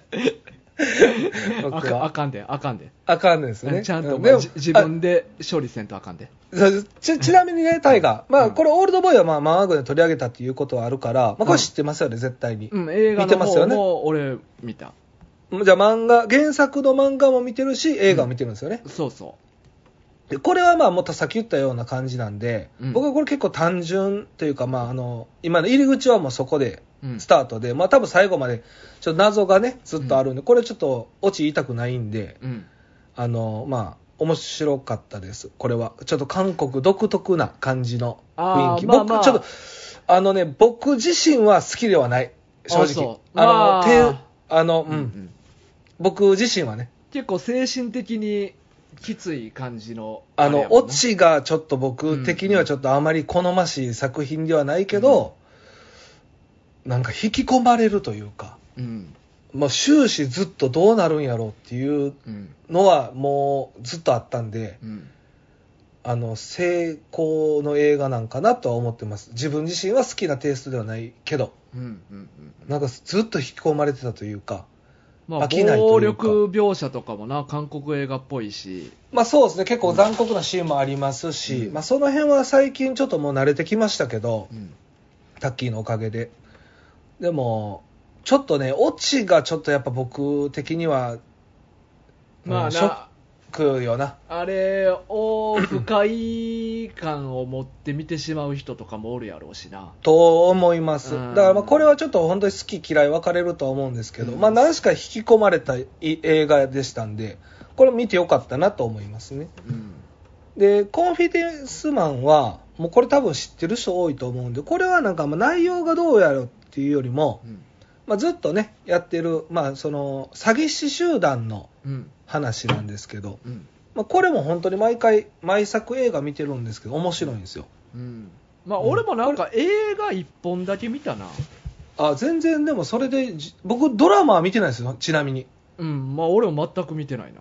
[SPEAKER 1] う。あ
[SPEAKER 2] 僕
[SPEAKER 1] かあ
[SPEAKER 2] は
[SPEAKER 1] かんで、あかんで。
[SPEAKER 2] あかんですね。
[SPEAKER 1] ちゃん
[SPEAKER 2] う
[SPEAKER 1] と
[SPEAKER 2] でも
[SPEAKER 1] じ自分で処理せんとあかんで。
[SPEAKER 2] そうちちなみにね、タイガー、ま
[SPEAKER 1] う
[SPEAKER 2] あ、
[SPEAKER 1] ん
[SPEAKER 2] これ、オールドボーイは、まあ、マンワグで取り上げたっていうことはあるから、まあ、これ知ってますよね、絶対に。
[SPEAKER 1] うん、映画
[SPEAKER 2] 見て
[SPEAKER 1] の
[SPEAKER 2] ますよ
[SPEAKER 1] 方
[SPEAKER 2] ね
[SPEAKER 1] も俺見た。
[SPEAKER 2] じゃあ、漫画、原作の漫画も見てるし、映画も見てるんですよね。
[SPEAKER 1] そうそ
[SPEAKER 2] でこれは、まあ、もっとさっき言ったような感じなんで、
[SPEAKER 1] うん
[SPEAKER 2] 僕はこれ結構単純というか、まあ、あの、今の入り口はもうそこで
[SPEAKER 1] う。うん
[SPEAKER 2] ス。タートで、まあ、多分最後まで、ちょっと謎がね、ずっとあるんで、これちょっと、オチ言いたくないんで、
[SPEAKER 1] うん。
[SPEAKER 2] あの、まあ、面白かったです。これは。ちょっと韓国独特な感じの雰
[SPEAKER 1] あー
[SPEAKER 2] 囲気。
[SPEAKER 1] まあ
[SPEAKER 2] 僕、
[SPEAKER 1] まあ
[SPEAKER 2] ちょっと、あのね、僕自身は好きではない。正
[SPEAKER 1] あ
[SPEAKER 2] 直
[SPEAKER 1] そ。う
[SPEAKER 2] あの、
[SPEAKER 1] まあ
[SPEAKER 2] て、あの、うん、
[SPEAKER 1] うんうん
[SPEAKER 2] 僕自身はね、
[SPEAKER 1] 結構精神的にきつい感じの
[SPEAKER 2] あ
[SPEAKER 1] れ
[SPEAKER 2] の
[SPEAKER 1] や、もん
[SPEAKER 2] オ
[SPEAKER 1] な
[SPEAKER 2] チがちょっと
[SPEAKER 1] う
[SPEAKER 2] 僕
[SPEAKER 1] ん
[SPEAKER 2] 的にはちょっとあまり好ましい作品ではないけど、なんか引き込まれるというか、
[SPEAKER 1] うん
[SPEAKER 2] もう終始ずっとどうなるんやろうっていう
[SPEAKER 1] うん
[SPEAKER 2] のはもうずっとあったんで、
[SPEAKER 1] うん
[SPEAKER 2] あの、成功の映画なんかなとは思ってます。自分自身は好きなテイストではないけど、
[SPEAKER 1] うんうんうん
[SPEAKER 2] なんかずっと引き込まれてたというか、
[SPEAKER 1] まあ、
[SPEAKER 2] 飽きないというか
[SPEAKER 1] 暴力描写とかもな、韓国映画っぽいし、
[SPEAKER 2] まあそうですね、結構残酷なシーンもありますし、
[SPEAKER 1] うん
[SPEAKER 2] まあその辺は最近ちょっともう慣れてきましたけど、
[SPEAKER 1] うん
[SPEAKER 2] タッキーのおかげで。でも、ちょっとね、オチがちょっとやっぱ僕的には、
[SPEAKER 1] ま
[SPEAKER 2] う
[SPEAKER 1] あ
[SPEAKER 2] んショッ
[SPEAKER 1] な、
[SPEAKER 2] クよな。
[SPEAKER 1] あれを不快感を持って見てしまう人とかもおるやろうしな、
[SPEAKER 2] と思います。
[SPEAKER 1] うん
[SPEAKER 2] だからまあこれはちょっと本当に好き嫌い分かれるとは思うんですけど、
[SPEAKER 1] うん
[SPEAKER 2] まあ何しか引き込まれたい映画でしたんで、これ見てよかったなと思いますね。
[SPEAKER 1] うん、
[SPEAKER 2] で、コンフィデンスマンは、もうこれ多分知ってる人多いと思うんで、これはなんかまあ内容がどうやろっていうよりも
[SPEAKER 1] う、ん、
[SPEAKER 2] まあずっとね、やってる、まあその詐欺師集団の
[SPEAKER 1] うん、
[SPEAKER 2] 話なんですけど、
[SPEAKER 1] うん、
[SPEAKER 2] まあこれも本当に毎回、毎作映画見てるんですけど、面白いんですよ。
[SPEAKER 1] うん、まあ、
[SPEAKER 2] うん
[SPEAKER 1] 俺もなんか映画一本だけ見たな、
[SPEAKER 2] あ全然でもそれでじ僕ドラマは見てないですよちなみに、
[SPEAKER 1] うん、まあ、俺も全く見てない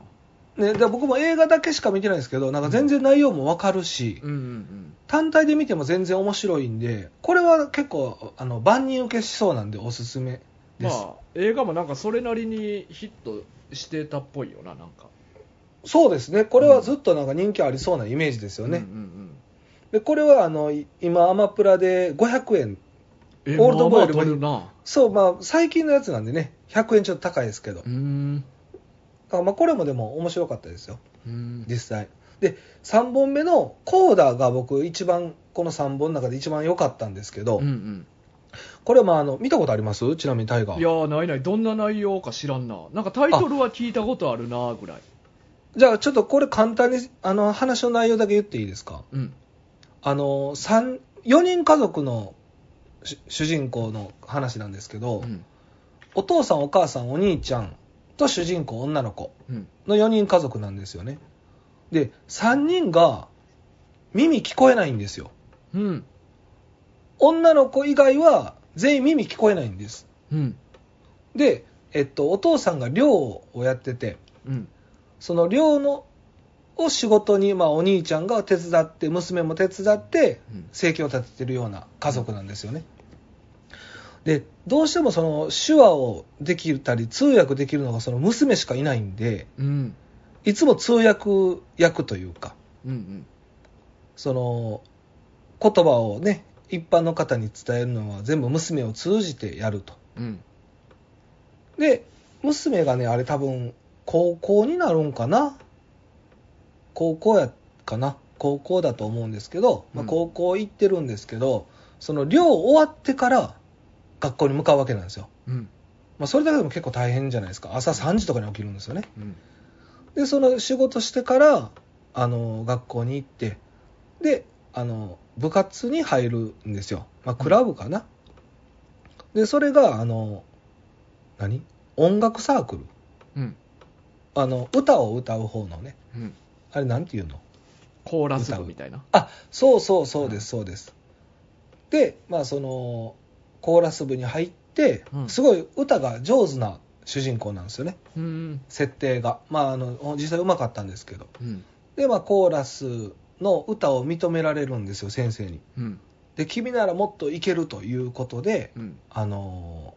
[SPEAKER 1] な、
[SPEAKER 2] ね、で僕も映画だけしか見てないんですけどなんか全然内容もわかるし、
[SPEAKER 1] うん、うん、
[SPEAKER 2] 単体で見ても全然面白いんでこれは結構あの万人受けしそうなんでおすすめ
[SPEAKER 1] うん、
[SPEAKER 2] で、
[SPEAKER 1] ますあ、映画もなんかそれなりにヒットしてたっぽいよな、なんか、
[SPEAKER 2] そうですねこれはずっとなんか人気ありそうなイメージですよね、
[SPEAKER 1] うんうん
[SPEAKER 2] でこれはあのい今アマプラで500円
[SPEAKER 1] うん、え
[SPEAKER 2] オールドボーイよりも
[SPEAKER 1] まあまあ取るな、
[SPEAKER 2] そうまあ最近のやつなんでね100円ちょっと高いですけど
[SPEAKER 1] う、ん、
[SPEAKER 2] あまあこれもでも面白かったですよ
[SPEAKER 1] うん、
[SPEAKER 2] 実際で3本目のコーダが僕一番この3本の中で一番良かったんですけど、
[SPEAKER 1] うん、
[SPEAKER 2] これはまああの見たことありますちなみにタイガ
[SPEAKER 1] うん、い
[SPEAKER 2] ー
[SPEAKER 1] やー、ないない、どんな内容か知らんな、なんかタイトルは聞いたことあるなぐらい、
[SPEAKER 2] じゃあちょっとこれ簡単にあの話の内容だけ言っていいですか
[SPEAKER 1] うん、
[SPEAKER 2] あの三4人家族のし主人公の話なんですけど、
[SPEAKER 1] うん、
[SPEAKER 2] お父さんお母さんお兄ちゃんと主人公女の子
[SPEAKER 1] うん、
[SPEAKER 2] の4人家族なんですよねで3人が耳聞こえないんですよ
[SPEAKER 1] うん、
[SPEAKER 2] 女の子以外は全員耳聞こえないんです
[SPEAKER 1] うん、
[SPEAKER 2] で、えっと、お父さんが寮をやってて、
[SPEAKER 1] うん、
[SPEAKER 2] その寮のを仕事に、まあ、お兄ちゃんが手伝って、娘も手伝って
[SPEAKER 1] うん、
[SPEAKER 2] 生計を立ててるような家族なんですよね。で、どうしてもその手話をできたり、通訳できるのがその娘しかいないんで、
[SPEAKER 1] うん、
[SPEAKER 2] いつも通訳役というか、
[SPEAKER 1] うん、
[SPEAKER 2] その言葉をね、一般の方に伝えるのは全部娘を通じてやると。
[SPEAKER 1] うん、
[SPEAKER 2] で、娘がね、あれ多分、高校になるんかな高校やかな高校だと思うんですけど、まあ、
[SPEAKER 1] うん
[SPEAKER 2] 高校行ってるんですけど、その寮終わってから学校に向かうわけなんですよ。
[SPEAKER 1] うん、
[SPEAKER 2] まあ、それだけでも結構大変じゃないですか。朝3時とかに起きるんですよね。
[SPEAKER 1] うん、
[SPEAKER 2] で、その仕事してから、あの、学校に行って、で、あの、部活に入るんですよ。まあ、クラブかな。で、それが、あの、何音楽サークル。
[SPEAKER 1] うん、
[SPEAKER 2] あの、歌を歌う方のね、
[SPEAKER 1] うん、
[SPEAKER 2] あれなんていうの
[SPEAKER 1] コーラス部みたいな。
[SPEAKER 2] あ、そうそうそうです、そうです。で、まあその、コーラス部に入って
[SPEAKER 1] う、ん
[SPEAKER 2] すごい歌が上手な主人公なんですよね、
[SPEAKER 1] うん、
[SPEAKER 2] 設定が。まああの、実際うまかったんですけど。
[SPEAKER 1] うん、
[SPEAKER 2] で、まあコーラスの歌を認められるんですよ、先生に。
[SPEAKER 1] うん、
[SPEAKER 2] で、君ならもっといけるということで、
[SPEAKER 1] うん、
[SPEAKER 2] あの、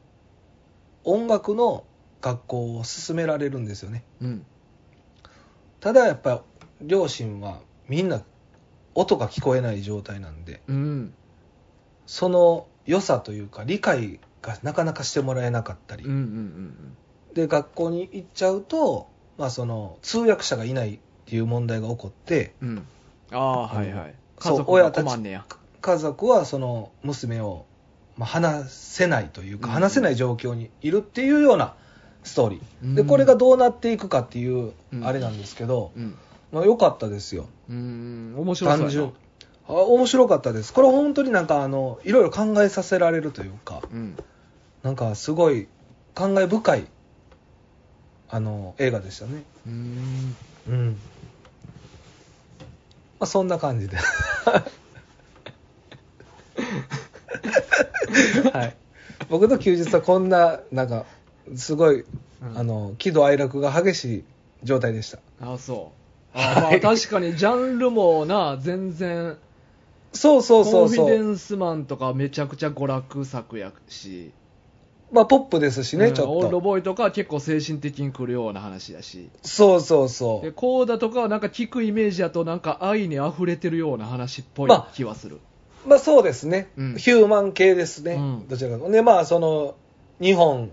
[SPEAKER 2] 音楽の学校を勧められるんですよね。
[SPEAKER 1] うん、
[SPEAKER 2] ただやっぱ両親はみんな音が聞こえない状態なんで
[SPEAKER 1] うん、
[SPEAKER 2] その良さというか理解がなかなかしてもらえなかったり、
[SPEAKER 1] うん、うん、
[SPEAKER 2] で学校に行っちゃうと、まあ、その通訳者がいないっていう問題が起こって
[SPEAKER 1] うん。ああ、はいはい。
[SPEAKER 2] そ
[SPEAKER 1] 家
[SPEAKER 2] う
[SPEAKER 1] 族が困んねや。
[SPEAKER 2] 家族はその娘を、まあ、話せないというか
[SPEAKER 1] うん
[SPEAKER 2] 話せない状況にいるっていうようなストーリー、で
[SPEAKER 1] うん
[SPEAKER 2] これがどうなっていくかっていう
[SPEAKER 1] うん
[SPEAKER 2] あれなんですけど、
[SPEAKER 1] うん、
[SPEAKER 2] まあ、良かったですよ。
[SPEAKER 1] うん、面白そ
[SPEAKER 2] 単
[SPEAKER 1] うやな
[SPEAKER 2] 純。あ面白かったです。これ本当になんかあの、いろいろ考えさせられるというか、
[SPEAKER 1] うん。
[SPEAKER 2] なんかすごい感慨深い、あの、映画でしたね。
[SPEAKER 1] うん。
[SPEAKER 2] うん。まあそんな感じで。 はい。僕の休日はこんな、なんか、すごい、
[SPEAKER 1] うん
[SPEAKER 2] あの、喜怒哀楽が激しい状態でした。
[SPEAKER 1] あ、そう。あまあ確かにジャンルもな、全然、
[SPEAKER 2] そうそうそうそ
[SPEAKER 1] コンフィデ
[SPEAKER 2] う。
[SPEAKER 1] ンスマンとかめちゃくちゃ娯楽作やし、
[SPEAKER 2] まあ、ポップですしね、
[SPEAKER 1] うん
[SPEAKER 2] ちょっ
[SPEAKER 1] ロ
[SPEAKER 2] と。
[SPEAKER 1] ボイとかは結構精神的にくるような話だし、
[SPEAKER 2] そうそうそ
[SPEAKER 1] で
[SPEAKER 2] う。
[SPEAKER 1] コーダとかはなんか聞くイメージだとなんか愛に溢れてるような話っぽい
[SPEAKER 2] まあ
[SPEAKER 1] 気はする。
[SPEAKER 2] まあ、そうですね、
[SPEAKER 1] うん
[SPEAKER 2] ヒューマン系ですね。
[SPEAKER 1] うん
[SPEAKER 2] どちらかと。で、まあ、その、日本、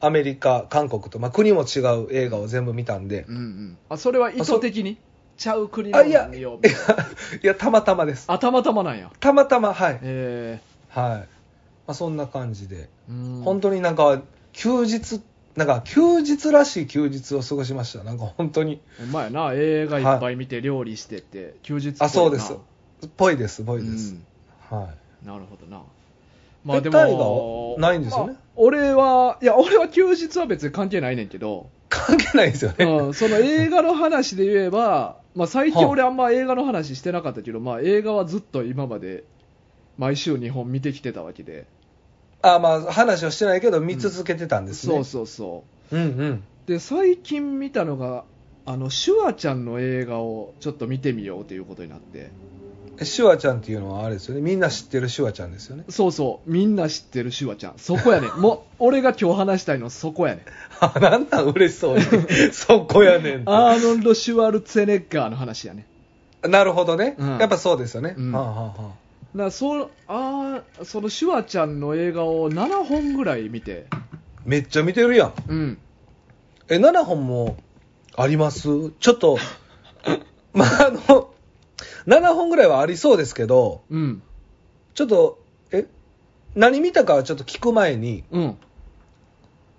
[SPEAKER 2] アメリカ、韓国と、まあ、国も違う映画を全部見たんで。
[SPEAKER 1] うんうん。あ、それは意図的にちゃう国の
[SPEAKER 2] あいや
[SPEAKER 1] 見
[SPEAKER 2] い
[SPEAKER 1] よ
[SPEAKER 2] や
[SPEAKER 1] うみたいな。
[SPEAKER 2] いやたまたまです
[SPEAKER 1] あ、たまたまなんや。
[SPEAKER 2] たまたまはい、
[SPEAKER 1] え
[SPEAKER 2] はいまあ、そんな感じで、
[SPEAKER 1] ー、うん
[SPEAKER 2] 本当になんか休日なんか休日らしい休日を過ごしましたなんか本当に
[SPEAKER 1] ほんまやな、映画いっぱい見て料理してって、休日っぽいな
[SPEAKER 2] あそうですぽいですぽいです、はい
[SPEAKER 1] なるほどな。
[SPEAKER 2] えタイガーはないんですよね
[SPEAKER 1] まあ俺は、いや、俺は休日は別に関係ないねんけど、
[SPEAKER 2] 関係ないですよね、
[SPEAKER 1] うん、その映画の話で言え ば、まあ、最近
[SPEAKER 2] はあ
[SPEAKER 1] 俺あんま映画の話してなかったけど、まあ、映画はずっと今まで毎週2本見てきてたわけで、
[SPEAKER 2] あまあ話はしてないけど見続けてたんですね、
[SPEAKER 1] そうそうそう
[SPEAKER 2] うんうん
[SPEAKER 1] で最近見たのがあのシュワちゃんの映画をちょっと見てみようということになって
[SPEAKER 2] えシュワちゃんっていうのはあれですよねみんな知ってるシュワちゃんですよね
[SPEAKER 1] そうそうみんな知ってるシュワちゃんそこやねんもう俺が今日話したいのそこやねん
[SPEAKER 2] あなんなん嬉しそうに そこやねんって
[SPEAKER 1] アーノルド・シュワルツェネッガーの話やね
[SPEAKER 2] なるほどね、
[SPEAKER 1] うん
[SPEAKER 2] やっぱそうですよね、
[SPEAKER 1] うん
[SPEAKER 2] はあはあはあ
[SPEAKER 1] なそあーそのシュワちゃんの映画を7本ぐらい見て
[SPEAKER 2] めっちゃ見てるやん
[SPEAKER 1] うん
[SPEAKER 2] え、7本もありますちょっと、 まあ、あの、7本ぐらいはありそうですけど、
[SPEAKER 1] うん
[SPEAKER 2] ちょっと、え、何見たかはちょっと聞く前に、
[SPEAKER 1] うん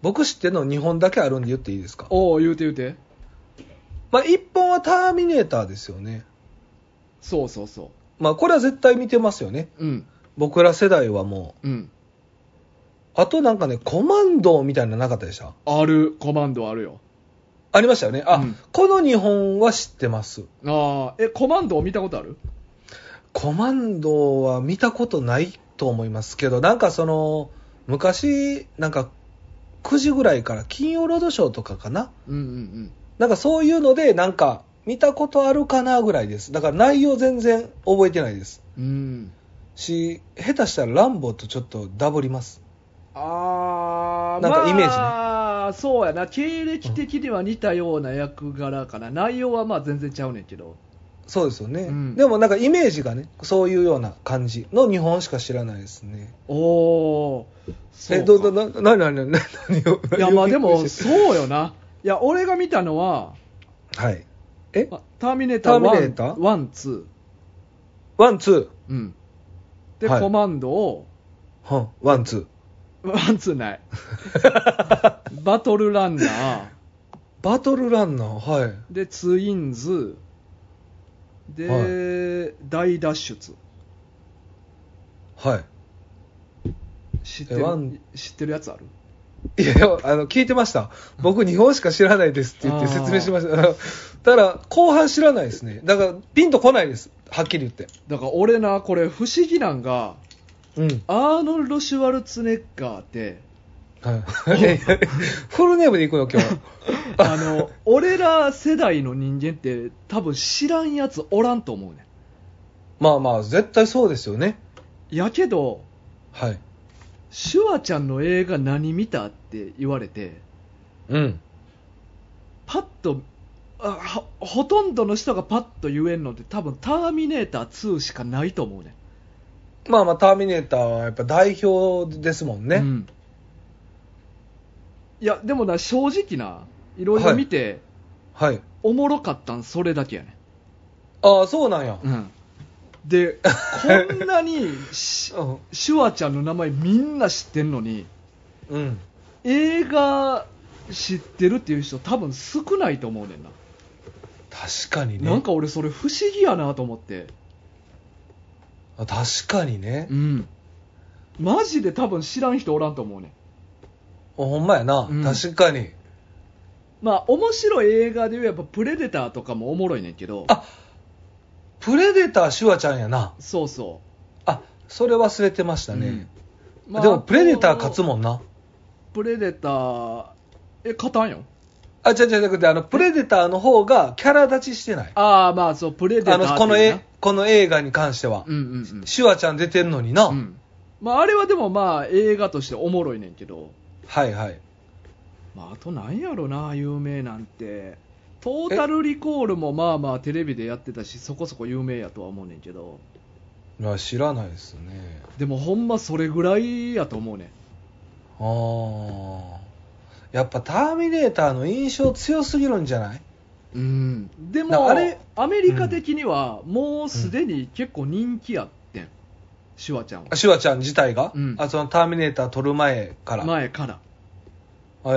[SPEAKER 2] 僕知ってるの2本だけあるんで言っていいですか
[SPEAKER 1] おお言うて言うて
[SPEAKER 2] まあ、1本はターミネーターですよね。
[SPEAKER 1] そうそうそ
[SPEAKER 2] まあ、これは絶対見てますよね。
[SPEAKER 1] ううん
[SPEAKER 2] 僕ら世代はも
[SPEAKER 1] うん
[SPEAKER 2] う。あとなんかね、コマンドみたいなのなかったでした
[SPEAKER 1] あるコマンドあるよ
[SPEAKER 2] ありましたよね。あ、
[SPEAKER 1] うん
[SPEAKER 2] この2本は知ってます。
[SPEAKER 1] ああえコマンドを見たことある
[SPEAKER 2] コマンドは見たことないと思いますけど、なんかその、昔、なんか、9時ぐらいから、金曜ロードショーとかかな
[SPEAKER 1] うんうん
[SPEAKER 2] なんかそういうので、なんか、見たことあるかなぐらいです。だから内容全然覚えてないです。
[SPEAKER 1] うんうん
[SPEAKER 2] し、下手したらランボーとちょっとダブります。
[SPEAKER 1] ああ
[SPEAKER 2] なんかイメージね
[SPEAKER 1] まあそうやな経歴的には似たような役柄かな、内容はまあ全然ちゃうねんけど
[SPEAKER 2] そうですよね。
[SPEAKER 1] うん
[SPEAKER 2] でもなんかイメージがね、そういうような感じの日本しか知らないですね。
[SPEAKER 1] おお
[SPEAKER 2] え、ど、ど、な、な、な、な、な、何を
[SPEAKER 1] いやまあで
[SPEAKER 2] 何を
[SPEAKER 1] も
[SPEAKER 2] びっくりして
[SPEAKER 1] そうよないや俺が見たのは
[SPEAKER 2] はい。え
[SPEAKER 1] まあターミネーター1、
[SPEAKER 2] ターミネーター
[SPEAKER 1] ワンツー
[SPEAKER 2] ワン、ツー。
[SPEAKER 1] うん。で、
[SPEAKER 2] はい
[SPEAKER 1] コマンドを、
[SPEAKER 2] はんワン、ツー。
[SPEAKER 1] ワンツー ない。バトルランナー、
[SPEAKER 2] バトルランナー、はい。
[SPEAKER 1] で、ツインズ、で、大脱出。
[SPEAKER 2] は
[SPEAKER 1] 知ってる
[SPEAKER 2] えワン
[SPEAKER 1] 知ってるやつある
[SPEAKER 2] い。いやいや、あの、聞いてました。僕、日本しか知らないですって言って
[SPEAKER 1] あー
[SPEAKER 2] 説明しました。だから、後半知らないですね。だから、ピンとこないです。はっきり言って。
[SPEAKER 1] だから俺な、これ不思議なんが、
[SPEAKER 2] うん。
[SPEAKER 1] アーノルド・シュワルツェネッガーって、
[SPEAKER 2] はいいやいや。フルネームで行くよ、今日。
[SPEAKER 1] あの、俺ら世代の人間って多分知らんやつおらんと思うね
[SPEAKER 2] まあまあ、絶対そうですよね。
[SPEAKER 1] んやけど、
[SPEAKER 2] はい。
[SPEAKER 1] シュワちゃんの映画何見たって言われて、
[SPEAKER 2] うん。
[SPEAKER 1] パッとあほほとんどの人がパッと言えんのって多分「ターミネーター2」しかないと思うね
[SPEAKER 2] まあまあ、ターミネーターはやっぱ代表ですもんね。
[SPEAKER 1] うんいやでもな正直ないろいろ見て、
[SPEAKER 2] はい。
[SPEAKER 1] おもろかったんそれだけやね、
[SPEAKER 2] ああ、そうなんや。
[SPEAKER 1] うん、でこんなにし
[SPEAKER 2] うん。
[SPEAKER 1] シュワちゃんの名前みんな知ってんのに
[SPEAKER 2] うん。
[SPEAKER 1] 映画知ってるっていう人多分少ないと思うねんな
[SPEAKER 2] 確かにね
[SPEAKER 1] なんか俺それ不思議やなと思って
[SPEAKER 2] あ確かにね
[SPEAKER 1] うんマジで多分知らん人おらんと思うねん
[SPEAKER 2] ほんまやな、
[SPEAKER 1] うん
[SPEAKER 2] 確かに
[SPEAKER 1] まあ面白い映画で言えばプレデターとかもおもろいねんけど
[SPEAKER 2] あプレデターシュワちゃんやな
[SPEAKER 1] そうそ
[SPEAKER 2] あそれ忘れてまし
[SPEAKER 1] う
[SPEAKER 2] たね、
[SPEAKER 1] うんまあ
[SPEAKER 2] でもプレデター勝つ
[SPEAKER 1] あと
[SPEAKER 2] もんな
[SPEAKER 1] プレデターえ勝たんよ
[SPEAKER 2] あ違う違うじゃなくてあのプレデターの方がキャラ立ちしてないあ
[SPEAKER 1] ああまあそうプレデターっていう
[SPEAKER 2] のこの
[SPEAKER 1] な
[SPEAKER 2] えこの映画に関しては、
[SPEAKER 1] うんうんうん
[SPEAKER 2] シュワちゃん出てんのにな、
[SPEAKER 1] うんまあ、あれはでもまあ映画としておもろいねんけど、
[SPEAKER 2] はいはい
[SPEAKER 1] まあ、あとなんやろな有名なんてトータルリコールもまあまあテレビでやってたしそこそこ有名やとは思うねんけど
[SPEAKER 2] いや知らないですね
[SPEAKER 1] でもほんまそれぐらいやと思うねん
[SPEAKER 2] ああやっぱ「ターミネーター」の印象強すぎるんじゃない
[SPEAKER 1] うん、で
[SPEAKER 2] だ
[SPEAKER 1] も
[SPEAKER 2] から
[SPEAKER 1] あ
[SPEAKER 2] あ
[SPEAKER 1] れ
[SPEAKER 2] れ
[SPEAKER 1] アメリカ的にはもうすでに結構人気やってん、シュワちゃん
[SPEAKER 2] シュワちゃん自体が、
[SPEAKER 1] うん
[SPEAKER 2] あその「ターミネーター」撮る前から
[SPEAKER 1] は前から、
[SPEAKER 2] え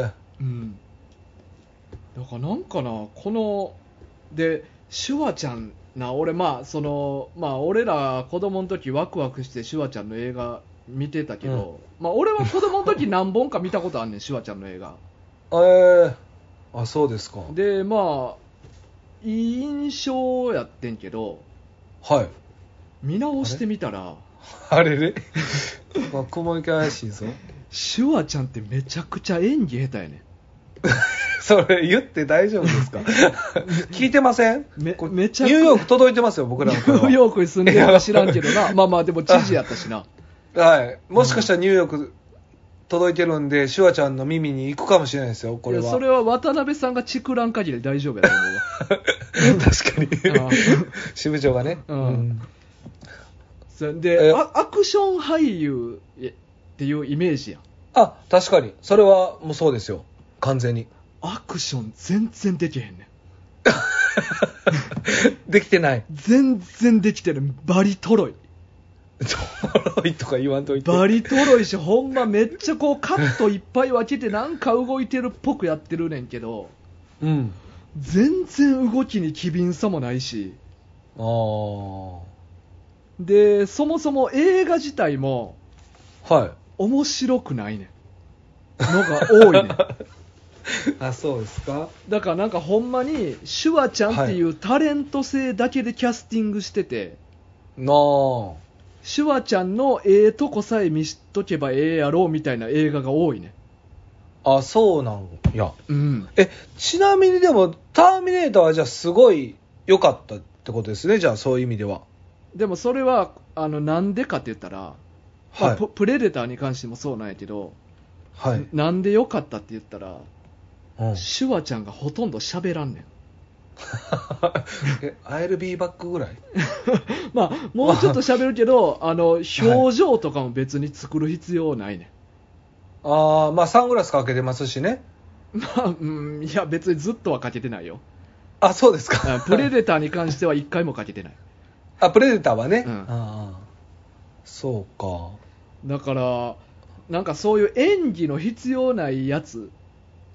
[SPEAKER 2] ー、
[SPEAKER 1] うん、だからなんかなこのでシュワちゃんな俺まあそのまあ俺ら子供の時ワクワクしてシュワちゃんの映画見てたけど、まあ俺は子供の時何本か見たことあんねんシュワちゃんの映画
[SPEAKER 2] えー、あそうですか
[SPEAKER 1] でまあいい印象やってんけど
[SPEAKER 2] はい
[SPEAKER 1] 見直してみたら
[SPEAKER 2] あ れれまあ雲行き怪しいぞ
[SPEAKER 1] シュワちゃんってめちゃくちゃ演技下手やね
[SPEAKER 2] それ言って大丈夫で すか聞いてません
[SPEAKER 1] め
[SPEAKER 2] これ
[SPEAKER 1] めちゃく
[SPEAKER 2] ニューヨーク届いてますよ僕
[SPEAKER 1] んニ
[SPEAKER 2] ら
[SPEAKER 1] ュ
[SPEAKER 2] の声は
[SPEAKER 1] ーヨークに住んでるか知らんけど なまあまあでも知事やったしな
[SPEAKER 2] はいもしかしたらニューヨーク届いてるんでシュワちゃんの耳に行くかもしれないですよこれ
[SPEAKER 1] い
[SPEAKER 2] は
[SPEAKER 1] やそれは渡辺さんがチクらん限り大丈夫やと思うわ
[SPEAKER 2] 確かに
[SPEAKER 1] ああ
[SPEAKER 2] 支部長がね、
[SPEAKER 1] うん
[SPEAKER 2] うん
[SPEAKER 1] そで
[SPEAKER 2] え
[SPEAKER 1] あアクション俳優っていうイメージやん
[SPEAKER 2] あ確かにそれはもうそうですよ完全に
[SPEAKER 1] アクション全然できへんねん
[SPEAKER 2] できてない
[SPEAKER 1] 全然できてるバリトロい
[SPEAKER 2] おもろいとか言わんといて
[SPEAKER 1] バリトロいしほんまめっちゃこうカットいっぱい分けてなんか動いてるっぽくやってるねんけど
[SPEAKER 2] うん
[SPEAKER 1] 全然動きに機敏さもないし
[SPEAKER 2] ああ
[SPEAKER 1] でそもそも映画自体も
[SPEAKER 2] はい
[SPEAKER 1] 面白くないねんのが多 いねん
[SPEAKER 2] あそうですか
[SPEAKER 1] だからなんかほんまにシュワちゃんっていうタレント性だけでキャスティングしてて、
[SPEAKER 2] なあ
[SPEAKER 1] シュワちゃんのええとこさえ見しとけばええやろうみたいな映画が多いね
[SPEAKER 2] あそうなんや
[SPEAKER 1] うん
[SPEAKER 2] えちなみにでも「ターミネーター」はじゃあすごい良かったってことですねじゃあそういう意味では
[SPEAKER 1] でもそれはあのなんでかって言ったら、まあ
[SPEAKER 2] はい
[SPEAKER 1] ププレデターに関してもそうなんやけど、
[SPEAKER 2] はい、
[SPEAKER 1] なんでよかったって言ったら、
[SPEAKER 2] うん、
[SPEAKER 1] シュワちゃんがほとんど喋らん ねん
[SPEAKER 2] え I'll be back ぐらい
[SPEAKER 1] まあ、もうちょっと喋るけ ど、あの、表情とかも別に作る必要ないね。
[SPEAKER 2] ああまあサングラスかけてますしね
[SPEAKER 1] まあ、うん、 いや、別にずっとはかけてない よ。
[SPEAKER 2] あそうです
[SPEAKER 1] あ
[SPEAKER 2] か
[SPEAKER 1] プレデターに関しては一回もかけてない。
[SPEAKER 2] あプレデターはね、
[SPEAKER 1] うん
[SPEAKER 2] ああそうか
[SPEAKER 1] だから、なんかそういう演技の必要ないやつ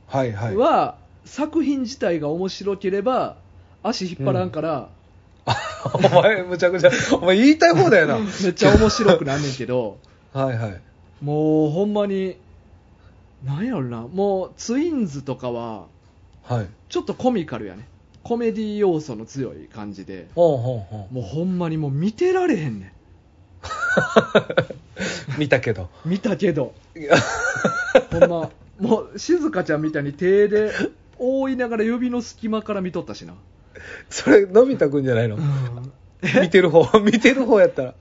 [SPEAKER 2] はいはい
[SPEAKER 1] は、作品自体が面白ければ、足引っ張らんから、
[SPEAKER 2] お前むちゃくちゃお前言いたい方だよな
[SPEAKER 1] めっちゃ面白くなんねんけど、
[SPEAKER 2] はいはい
[SPEAKER 1] もうほんまに、なんやろな、もうツインズとかは、
[SPEAKER 2] はい
[SPEAKER 1] ちょっとコミカルやねコメディ要素の強い感じで
[SPEAKER 2] ほうほうほ
[SPEAKER 1] もうほんまにもう見てられへんね
[SPEAKER 2] う 見たけど
[SPEAKER 1] ん見たけどほんま もう静香ちゃんみたいに手で覆いながら指の隙間から見とったしな、
[SPEAKER 2] それのび太くんじゃないの見てる方 見てる方やったら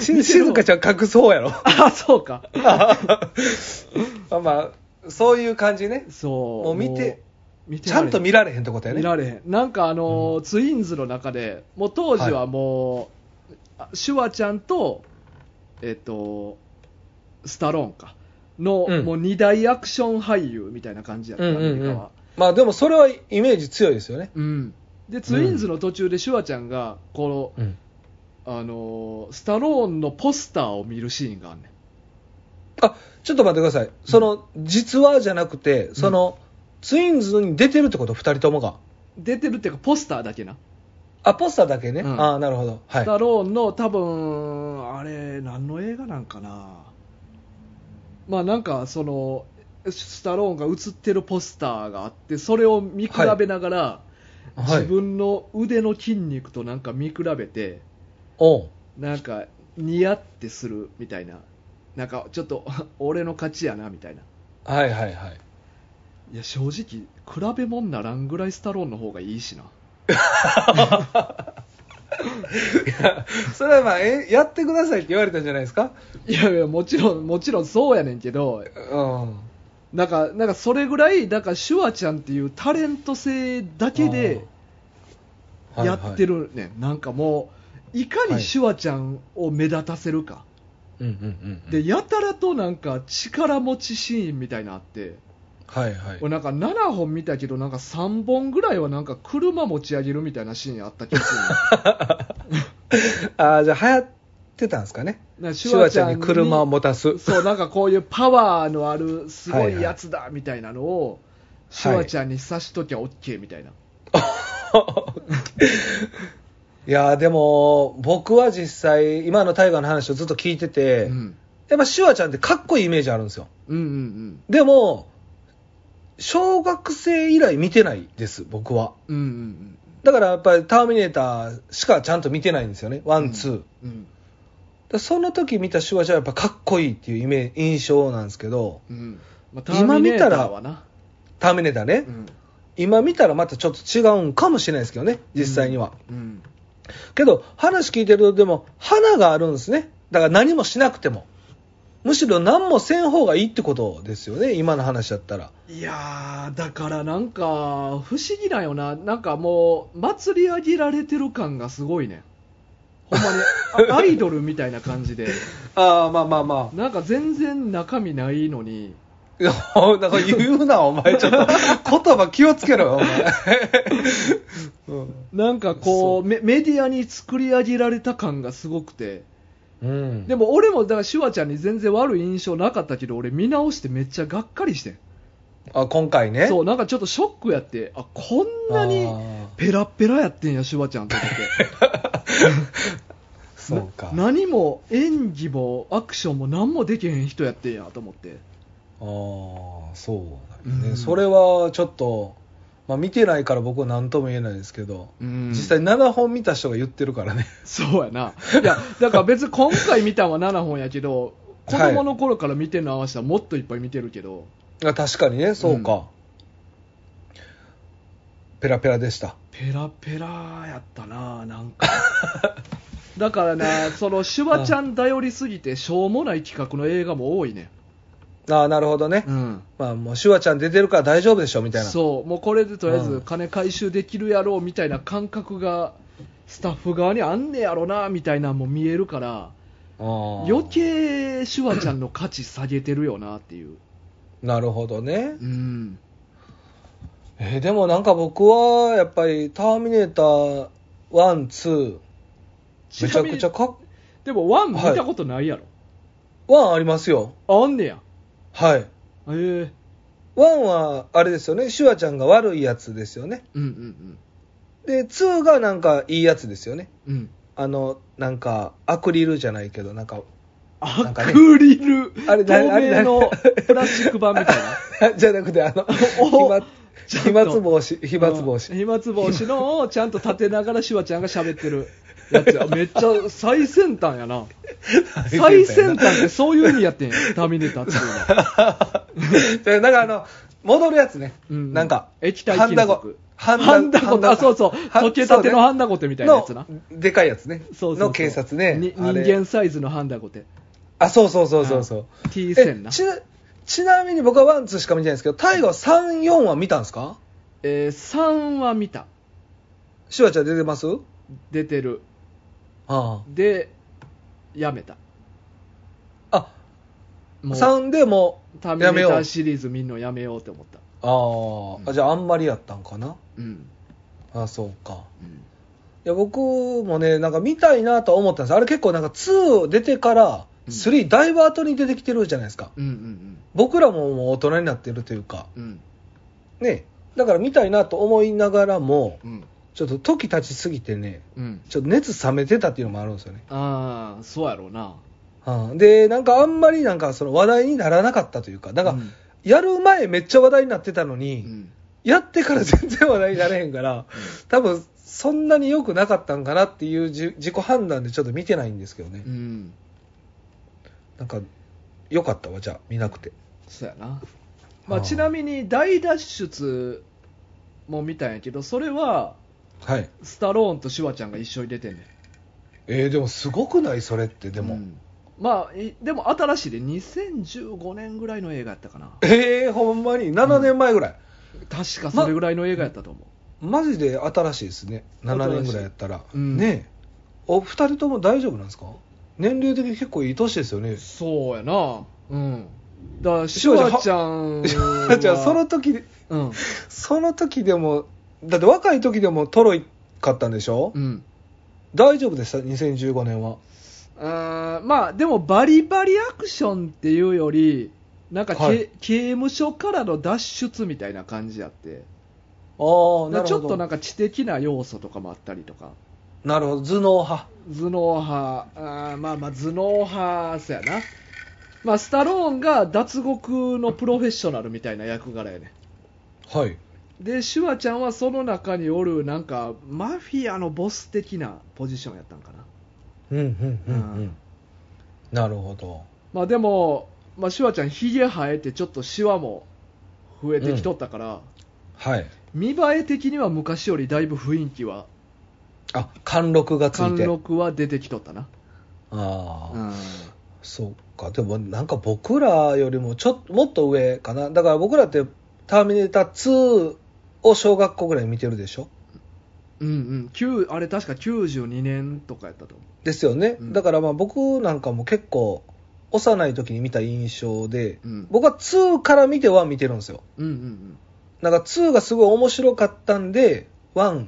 [SPEAKER 2] し静香ちゃん隠す方やろ
[SPEAKER 1] あそうか
[SPEAKER 2] あまあそういう感じね
[SPEAKER 1] そう
[SPEAKER 2] もう見て
[SPEAKER 1] う見
[SPEAKER 2] ちゃんと見
[SPEAKER 1] ら
[SPEAKER 2] られへんってこと
[SPEAKER 1] れへん
[SPEAKER 2] やね
[SPEAKER 1] 見られへんなんかあのーツインズの中でもう当時はもう、あシュワちゃんとえっとスタローンかの、
[SPEAKER 2] うん
[SPEAKER 1] もう二大アクション俳優みたいな感じやった、
[SPEAKER 2] うんうんうん
[SPEAKER 1] アメリカは
[SPEAKER 2] まあでもそれはイメージ強いですよね
[SPEAKER 1] うん、でツインズの途中でシュワちゃんがこの、
[SPEAKER 2] うん
[SPEAKER 1] あのースタローンのポスターを見るシーンがあんねん
[SPEAKER 2] あちょっと待ってくださいその実話じゃなくてその、ツインズに出てるってこと2人ともが
[SPEAKER 1] 出てるっていうか、ポスターだけな。
[SPEAKER 2] あ、ポスターだけね。
[SPEAKER 1] うん
[SPEAKER 2] ああ、なるほど。はい
[SPEAKER 1] ス。タローンの多分、あれ、何の映画なんかな。まあなんか、その、スタローンが映ってるポスターがあって、それを見比べながら、
[SPEAKER 2] はい、
[SPEAKER 1] 自分の腕の筋肉となんか見比べて、
[SPEAKER 2] おう
[SPEAKER 1] なんか、ニヤってするみたいな。なんか、ちょっと、 俺の勝ちやな、みたいな。
[SPEAKER 2] はいはいはい。
[SPEAKER 1] いや、正直、比べもんならんぐらいスタローンの方がいいしな。
[SPEAKER 2] それはまあ、え、やってくださいって言われたんじゃないですか
[SPEAKER 1] いやいや、もちろん、もちろんそうやねんけど、
[SPEAKER 2] うん。
[SPEAKER 1] なんか、なんかそれぐらい、なんかシュワちゃんっていうタレント性だけで
[SPEAKER 2] あー
[SPEAKER 1] やって。
[SPEAKER 2] はいはい
[SPEAKER 1] るねん、なんかもう、いかにシュワちゃんを目立たせるか、
[SPEAKER 2] うんうんうん。
[SPEAKER 1] で、やたらとなんか力持ちシーンみたいなのあって、
[SPEAKER 2] はいはい。
[SPEAKER 1] 俺なんか7本見たけど、なんか3本ぐらいはなんか車持ち上げるみたいなシーンあった気がするねん
[SPEAKER 2] ああ、じゃあ流行ってたんですかね。
[SPEAKER 1] なんか
[SPEAKER 2] シュワちゃんに車を
[SPEAKER 1] 持
[SPEAKER 2] 持たす。
[SPEAKER 1] そう、なんかこういうパワーのあるすご
[SPEAKER 2] はいはいい
[SPEAKER 1] やつだみたいなのを、シュワちゃんに刺しときゃ OK みたいな。
[SPEAKER 2] いやーでも、僕は実際、今の大河の話をずっと聞いてて、
[SPEAKER 1] うん
[SPEAKER 2] やっぱシュワちゃんってかっこいいイメージあるんですよ。
[SPEAKER 1] うんうんうん
[SPEAKER 2] でも、小学生以来見てないです、僕は。
[SPEAKER 1] うんうん
[SPEAKER 2] だからやっぱりターミネーターしかちゃんと見てないんですよね、ワン、ツー。
[SPEAKER 1] うんうん
[SPEAKER 2] でその時見たシュワちゃんはやっぱかっこいいっていうイメージ印象なんですけど、
[SPEAKER 1] うんまあ、ター
[SPEAKER 2] 今
[SPEAKER 1] ミ
[SPEAKER 2] 見
[SPEAKER 1] ネー
[SPEAKER 2] た
[SPEAKER 1] タ
[SPEAKER 2] ら
[SPEAKER 1] ーはな、
[SPEAKER 2] ターミネーターね、
[SPEAKER 1] うん
[SPEAKER 2] 今見たらまたちょっと違うんかもしれないですけどね、実際には。
[SPEAKER 1] うん、
[SPEAKER 2] けど、話聞いてると、でも、花があるんですね。だから何もしなくても。むしろ何もせん方がいいってことですよね、今の話だったら。
[SPEAKER 1] いやー、だからなんか、不思議だよな、なんかもう、祭り上げられてる感がすごいね、ほんまに、あアイドルみたいな感じで、
[SPEAKER 2] ああ、まあまあま
[SPEAKER 1] なんか全然中身ないのに、
[SPEAKER 2] あ。なんか言うな、お前。ちょっと、言葉気をつけろよ、お 前。
[SPEAKER 1] なんかこうメ、メディアに作り上げられた感がすごくて、
[SPEAKER 2] うん。
[SPEAKER 1] で
[SPEAKER 2] も、
[SPEAKER 1] も俺も、だから、シュワちゃんに全然悪い印象なかったけど、俺、見直してめっちゃがっかりしてん。
[SPEAKER 2] あ今回ね。
[SPEAKER 1] そうなんかちょっとショックやってあこんなに
[SPEAKER 2] あー
[SPEAKER 1] ペラッペラやってんやシュワちゃんと思って
[SPEAKER 2] そうか。
[SPEAKER 1] な何も演技もアクションも何もできへん人やってんやと思って
[SPEAKER 2] ああ、そうなんやね、
[SPEAKER 1] うん
[SPEAKER 2] それはちょっと、まあ見てないから僕は何とも言えないですけど、
[SPEAKER 1] うん
[SPEAKER 2] 実際7本見た人が言ってるからね。
[SPEAKER 1] そうやないやだから別に今回見たんは7本やけど子供の頃から見てるの合わせたらもっといっぱい見てるけど、
[SPEAKER 2] あ確かにねそうか、
[SPEAKER 1] うん
[SPEAKER 2] ペラペラでした
[SPEAKER 1] ペラペラやったななん かだからなそのシュワちゃん頼りすぎてしょうもない企画の映画も多いね
[SPEAKER 2] ああなるほどね、
[SPEAKER 1] うん
[SPEAKER 2] まあもうシュワちゃん出てるから大丈夫でしょみたいな
[SPEAKER 1] そうもうこれでとりあえ
[SPEAKER 2] う
[SPEAKER 1] ず
[SPEAKER 2] ん
[SPEAKER 1] 金回収できるやろうみたいな感覚がスタッフ側にあんねやろなみたいなのも見えるから
[SPEAKER 2] あー
[SPEAKER 1] 余計シュワちゃんの価値下げてるよなっていう
[SPEAKER 2] なるほどね、
[SPEAKER 1] うん
[SPEAKER 2] えーでもなんか僕はやっぱり「ターミネーター1」2めちゃくちゃ
[SPEAKER 1] なみに
[SPEAKER 2] かっ
[SPEAKER 1] でもワン見
[SPEAKER 2] はい
[SPEAKER 1] たことないやろ、
[SPEAKER 2] 1ありますよ
[SPEAKER 1] ああんねや
[SPEAKER 2] はい
[SPEAKER 1] ええー、
[SPEAKER 2] 1はあれですよねシュワちゃんが悪いやつですよね
[SPEAKER 1] うんうん
[SPEAKER 2] で2がなんかいいやつですよね
[SPEAKER 1] うんうん
[SPEAKER 2] あのなんかアクリルじゃないけどなんか
[SPEAKER 1] ア
[SPEAKER 2] んかね
[SPEAKER 1] クリル、
[SPEAKER 2] あれ
[SPEAKER 1] 透
[SPEAKER 2] なあれ
[SPEAKER 1] 明
[SPEAKER 2] な
[SPEAKER 1] のプラスチック板みたい な
[SPEAKER 2] じゃなくて、あの、
[SPEAKER 1] お
[SPEAKER 2] 飛沫
[SPEAKER 1] ちょっと
[SPEAKER 2] 飛沫防止、飛沫防
[SPEAKER 1] うん
[SPEAKER 2] 止。
[SPEAKER 1] 飛沫防止のをちゃんと立てながらシュワちゃんが喋ってるやつや めっちゃ最先端やな最 先端ってそういう意味やってんやターミネーターっていうのは、
[SPEAKER 2] でなんかあの、戻るやつね。
[SPEAKER 1] うん
[SPEAKER 2] なんか、
[SPEAKER 1] 液体
[SPEAKER 2] ハン
[SPEAKER 1] 金
[SPEAKER 2] ダゴ
[SPEAKER 1] 属。
[SPEAKER 2] ハ
[SPEAKER 1] ハンダゴテあそうそう
[SPEAKER 2] ハン
[SPEAKER 1] 溶けたてのハンダゴテみたいなやつな
[SPEAKER 2] そうねのでかいやつね。
[SPEAKER 1] そうそうそう
[SPEAKER 2] の警察ね。
[SPEAKER 1] に人
[SPEAKER 2] あれ
[SPEAKER 1] 間。サイズのハンダゴテ
[SPEAKER 2] あ、そうそうそうそうそう。
[SPEAKER 1] T
[SPEAKER 2] え
[SPEAKER 1] 線な
[SPEAKER 2] ちなちなみに僕はワンツーしか見てないんですけど、タイガー3、4は見たんですか
[SPEAKER 1] えー、3は見た
[SPEAKER 2] シュワちゃん出てますあ
[SPEAKER 1] 出てる
[SPEAKER 2] あ。
[SPEAKER 1] でやめた
[SPEAKER 2] あ、
[SPEAKER 1] もう
[SPEAKER 2] 3でも
[SPEAKER 1] ター
[SPEAKER 2] う
[SPEAKER 1] ミネ
[SPEAKER 2] や
[SPEAKER 1] ー
[SPEAKER 2] め
[SPEAKER 1] タ
[SPEAKER 2] よう。
[SPEAKER 1] ーシリーズ見んのやめようって思った
[SPEAKER 2] あーあ、じゃああんまりやったんかな。
[SPEAKER 1] うん、
[SPEAKER 2] あ、そうか。
[SPEAKER 1] うん、
[SPEAKER 2] いや僕もね、なんか見たいなとは思ったんですあれ結構なんか2出てから
[SPEAKER 1] うん
[SPEAKER 2] 3、だいぶ後に出てきてるじゃないですか。
[SPEAKER 1] うんうん
[SPEAKER 2] 僕らももう大人になってるというか、
[SPEAKER 1] うんうん
[SPEAKER 2] ね、だから見たいなと思いながらも、
[SPEAKER 1] うん
[SPEAKER 2] ちょっと時経ちすぎてね、
[SPEAKER 1] うん
[SPEAKER 2] ちょっと熱冷めてたっていうのもあるんですよね。
[SPEAKER 1] ああそうやろうな
[SPEAKER 2] うんで、なんかあんまりなんかその話題にならなかったというか、なんか、
[SPEAKER 1] うん
[SPEAKER 2] やる前めっちゃ話題になってたの
[SPEAKER 1] う
[SPEAKER 2] に、
[SPEAKER 1] ん
[SPEAKER 2] やってから全然話題になれへんから、多分そんなに良くなかったんかなっていうじ自己判断でちょっと見てないんですけどね。
[SPEAKER 1] うん
[SPEAKER 2] なんか、良かったわ、じゃあ、見なくて。
[SPEAKER 1] そうやな、まあ、
[SPEAKER 2] はあ
[SPEAKER 1] ちなみに大脱出も見たんやけどそれは
[SPEAKER 2] はい。
[SPEAKER 1] スタローンとシュワちゃんが一緒に出てんねん
[SPEAKER 2] えー、でもすごくないそれって、でも。
[SPEAKER 1] うんまあいでも新しいで2015年ぐらいの映画やったかな
[SPEAKER 2] えー、ほんまに、7年前ぐらい。
[SPEAKER 1] 確かそれぐらいの映画やったと思う、
[SPEAKER 2] マジで新しいですね。7年ぐらいやったら。
[SPEAKER 1] うん
[SPEAKER 2] ねえお二人とも大丈夫なんですか年齢的に結構いい年ですよね。
[SPEAKER 1] そうやなうんだから シュワちゃんは
[SPEAKER 2] じゃあ、その時、
[SPEAKER 1] うん
[SPEAKER 2] その時でも、だって若い時でもトロいかったんでしょ、
[SPEAKER 1] うん
[SPEAKER 2] 大丈夫でした ?2015 年は。
[SPEAKER 1] あーまあでもバリバリアクションっていうよりなんかけ、
[SPEAKER 2] はい
[SPEAKER 1] 刑務所からの脱出みたいな感じやって
[SPEAKER 2] ああ、なるほど。
[SPEAKER 1] ちょっとなん
[SPEAKER 2] か。
[SPEAKER 1] か知的な要素とかもあったりとか
[SPEAKER 2] なるほど、頭脳派。
[SPEAKER 1] 頭脳派あーまあまあ頭脳派そやなまあスタローンが脱獄のプロフェッショナルみたいな役柄やね
[SPEAKER 2] はい。
[SPEAKER 1] でシュワちゃんはその中におるなんかマフィアのボス的なポジションやったんかな
[SPEAKER 2] うんうんうんうん。
[SPEAKER 1] うん
[SPEAKER 2] なるほど。
[SPEAKER 1] まあでも、まあ、シュワちゃんひげ生えてちょっとシワも増えてきとったから、
[SPEAKER 2] はい。
[SPEAKER 1] 見栄え的には昔よりだいぶ雰囲気は
[SPEAKER 2] あ、貫禄がつい
[SPEAKER 1] 貫
[SPEAKER 2] て。
[SPEAKER 1] 禄は出てきとったな
[SPEAKER 2] ああ、
[SPEAKER 1] うん
[SPEAKER 2] そうか。でもなんか僕らよりもちょっと、もっと上かな。だから僕らって、ターミネーター2を小学校ぐらいに見てるでしょ
[SPEAKER 1] うんうん9あれ確か92年とかやったと思
[SPEAKER 2] ですよね、
[SPEAKER 1] うん
[SPEAKER 2] だからまあ僕なんかも結構幼い時に見た印象で、
[SPEAKER 1] う、うん、
[SPEAKER 2] 僕は2から見て1見てるんですよ
[SPEAKER 1] うんうん
[SPEAKER 2] なんか2がすごい面白かったんで1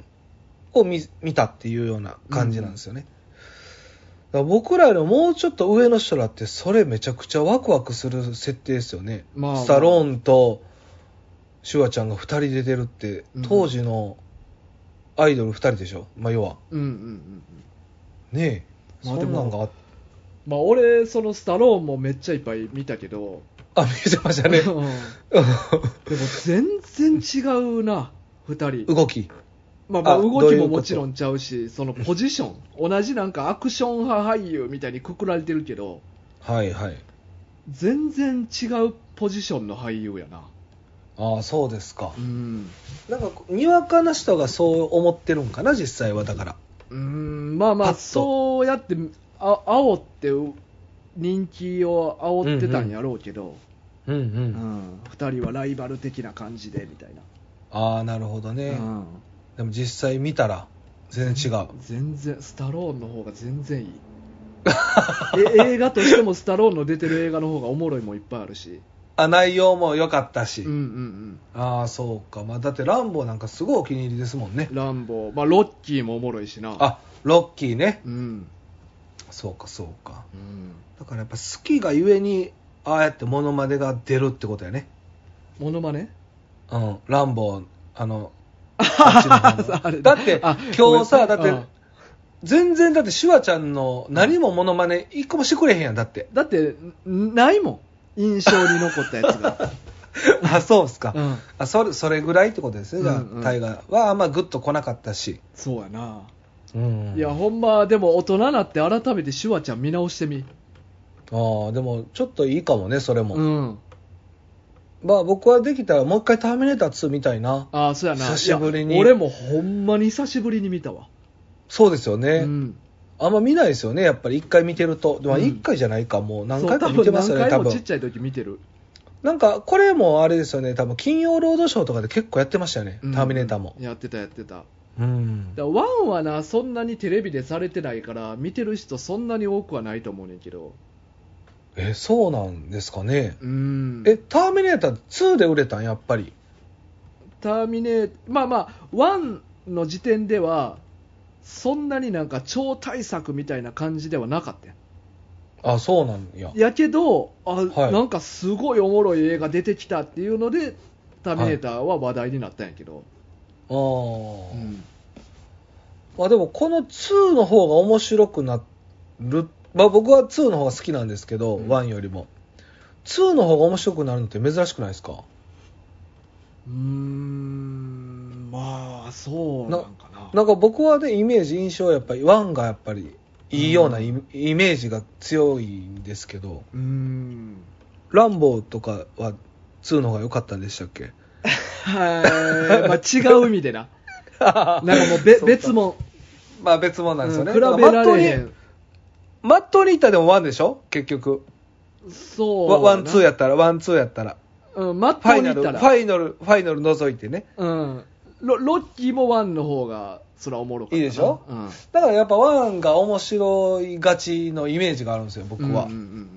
[SPEAKER 2] を見見たっていうような感じなんですよね、だから僕らよりももうちょっと上の人らってそれめちゃくちゃワクワクする設定ですよね、
[SPEAKER 1] まあ
[SPEAKER 2] スタローンとシュワちゃんが2人出てるって
[SPEAKER 1] うん
[SPEAKER 2] 当時のアイドル2人でしょ、まあ、要は
[SPEAKER 1] うんうんうんうん
[SPEAKER 2] ねえ、
[SPEAKER 1] まあで
[SPEAKER 2] そん
[SPEAKER 1] も
[SPEAKER 2] なんがあっ
[SPEAKER 1] まあ俺そのスタローンもめっちゃいっぱい見たけど。
[SPEAKER 2] あ、見えてましたね
[SPEAKER 1] うんでも全然違うな2人
[SPEAKER 2] 動き。
[SPEAKER 1] まあ、まあ
[SPEAKER 2] あ
[SPEAKER 1] 動
[SPEAKER 2] どう
[SPEAKER 1] き
[SPEAKER 2] い
[SPEAKER 1] も
[SPEAKER 2] うこと
[SPEAKER 1] もちろんちゃうしそのポジション同じなんかアクション派俳優みたいにくくられてるけど
[SPEAKER 2] はいはい。
[SPEAKER 1] 全然違うポジションの俳優やな
[SPEAKER 2] ああ、そうですか
[SPEAKER 1] う。ん
[SPEAKER 2] なんか、にわかな人がそう思ってるんかな、実際は。だから。
[SPEAKER 1] うーんまあま
[SPEAKER 2] パ
[SPEAKER 1] あ
[SPEAKER 2] ッと
[SPEAKER 1] そうやってあ煽ってう人気を煽ってたんやろうけど、
[SPEAKER 2] うんう
[SPEAKER 1] うん。2人はライバル的な感じでみたいな、
[SPEAKER 2] ああ、なるほどね。
[SPEAKER 1] うん
[SPEAKER 2] でも実際見たら、全然違う。
[SPEAKER 1] 全然スタローンの方が全 然いいえ映画としてもスタローンの出てる映画の方がおもろいもんいっぱいあるし
[SPEAKER 2] あ、内容も良かったし。
[SPEAKER 1] うんうんうん
[SPEAKER 2] ああ、そうか。まあ、だって、ランボーなんかすごいお気に入りですもんね。
[SPEAKER 1] ランボー、まあ、ロッキーもおもろいしな
[SPEAKER 2] あ、ロッキーね。
[SPEAKER 1] うん、
[SPEAKER 2] そうか、そうか。
[SPEAKER 1] うん、
[SPEAKER 2] だからやっぱ好きがゆえに、ああやってモノマネが出るってことやね。
[SPEAKER 1] モノマ ネ
[SPEAKER 2] うん、ランボー、あの、あっちの方
[SPEAKER 1] あれ
[SPEAKER 2] のだって
[SPEAKER 1] あ、
[SPEAKER 2] 今日
[SPEAKER 1] ご
[SPEAKER 2] さ、だ
[SPEAKER 1] めん
[SPEAKER 2] って
[SPEAKER 1] うん、
[SPEAKER 2] 全然だって、シュワちゃんの何もモノマネ一個もしてくれへんやん、だ って。
[SPEAKER 1] だってんないもん印象に残ったやつが、
[SPEAKER 2] あ、そうっすか。
[SPEAKER 1] うん、
[SPEAKER 2] あそれ、それぐらいってことですね、じゃあ、
[SPEAKER 1] うんうん
[SPEAKER 2] タイガーは、まあ、ぐっと来なかったし。
[SPEAKER 1] そうやな、
[SPEAKER 2] うん
[SPEAKER 1] いやほんまでも大人になって改めてシュワちゃん見直してみ
[SPEAKER 2] あーでも、ちょっといいかもね、それも。
[SPEAKER 1] うん
[SPEAKER 2] まあ、僕はできたら、もう一回ターミネーター2みたいな。
[SPEAKER 1] ああそうやな
[SPEAKER 2] 久しぶり
[SPEAKER 1] い
[SPEAKER 2] に
[SPEAKER 1] や俺もほんまに久しぶりに見たわ
[SPEAKER 2] そうですよね。
[SPEAKER 1] うん、
[SPEAKER 2] あんま見ないですよね、やっぱり一回見てると。まあ、
[SPEAKER 1] うん
[SPEAKER 2] 一回じゃないか、もう何
[SPEAKER 1] そう
[SPEAKER 2] 回
[SPEAKER 1] 多
[SPEAKER 2] か見て
[SPEAKER 1] 分
[SPEAKER 2] ますよね、
[SPEAKER 1] 何
[SPEAKER 2] 多
[SPEAKER 1] 回も
[SPEAKER 2] 分。
[SPEAKER 1] ちっちゃい時見てる
[SPEAKER 2] なんか、これもあれですよね、多分金曜ロードショーとかで結構やってましたよね、
[SPEAKER 1] うん
[SPEAKER 2] ターミネーターも。
[SPEAKER 1] やってたやってた
[SPEAKER 2] うん
[SPEAKER 1] だからワンはなそんなにテレビでされてないから見てる人そんなに多くはないと思うねんけど
[SPEAKER 2] え、そうなんですかね。
[SPEAKER 1] うん
[SPEAKER 2] え、ターミネーター2で売れたん、やっぱり。
[SPEAKER 1] ターミネーターまあまあ1の時点ではそんなになんか超大作みたいな感じではなかったやん
[SPEAKER 2] あ、そうなんや。
[SPEAKER 1] やけどあ、
[SPEAKER 2] はい
[SPEAKER 1] なんかすごいおもろい映画出てきたっていうのでターミネーターは話題になったんやけど、
[SPEAKER 2] あー
[SPEAKER 1] うん
[SPEAKER 2] まあでもこの2の方が面白くなる、まあ、僕は2の方が好きなんですけど、
[SPEAKER 1] うん
[SPEAKER 2] 1よりも2の方が面白くなるのって珍しくないですか
[SPEAKER 1] うーんまあそうなんかな
[SPEAKER 2] なんか僕はねイメージ印象はやっぱり1がやっぱりいいようなイ,、イメージが強いんですけど
[SPEAKER 1] うーん
[SPEAKER 2] ランボーとかは2の方が良かったんでしたっ け
[SPEAKER 1] はいまあ違う意味でななんかもうべ別も
[SPEAKER 2] まあ別物なんですよね、
[SPEAKER 1] 比べられへ
[SPEAKER 2] まっとうんマットリータでも1でしょ結局
[SPEAKER 1] そう
[SPEAKER 2] ワンツー
[SPEAKER 1] や
[SPEAKER 2] やったらワンツーやったら
[SPEAKER 1] うんマッ
[SPEAKER 2] ファ
[SPEAKER 1] ト
[SPEAKER 2] イ
[SPEAKER 1] に
[SPEAKER 2] ナ
[SPEAKER 1] 行
[SPEAKER 2] ル
[SPEAKER 1] っ
[SPEAKER 2] フ
[SPEAKER 1] たら
[SPEAKER 2] ァイナルファイナル除いてね
[SPEAKER 1] うんロロッキーもワンの方がそれはおもろかったない
[SPEAKER 2] いでしょ
[SPEAKER 1] うん
[SPEAKER 2] だからやっぱワンが面白いがちのイメージがあるんですよ僕は、
[SPEAKER 1] うんうんうんうん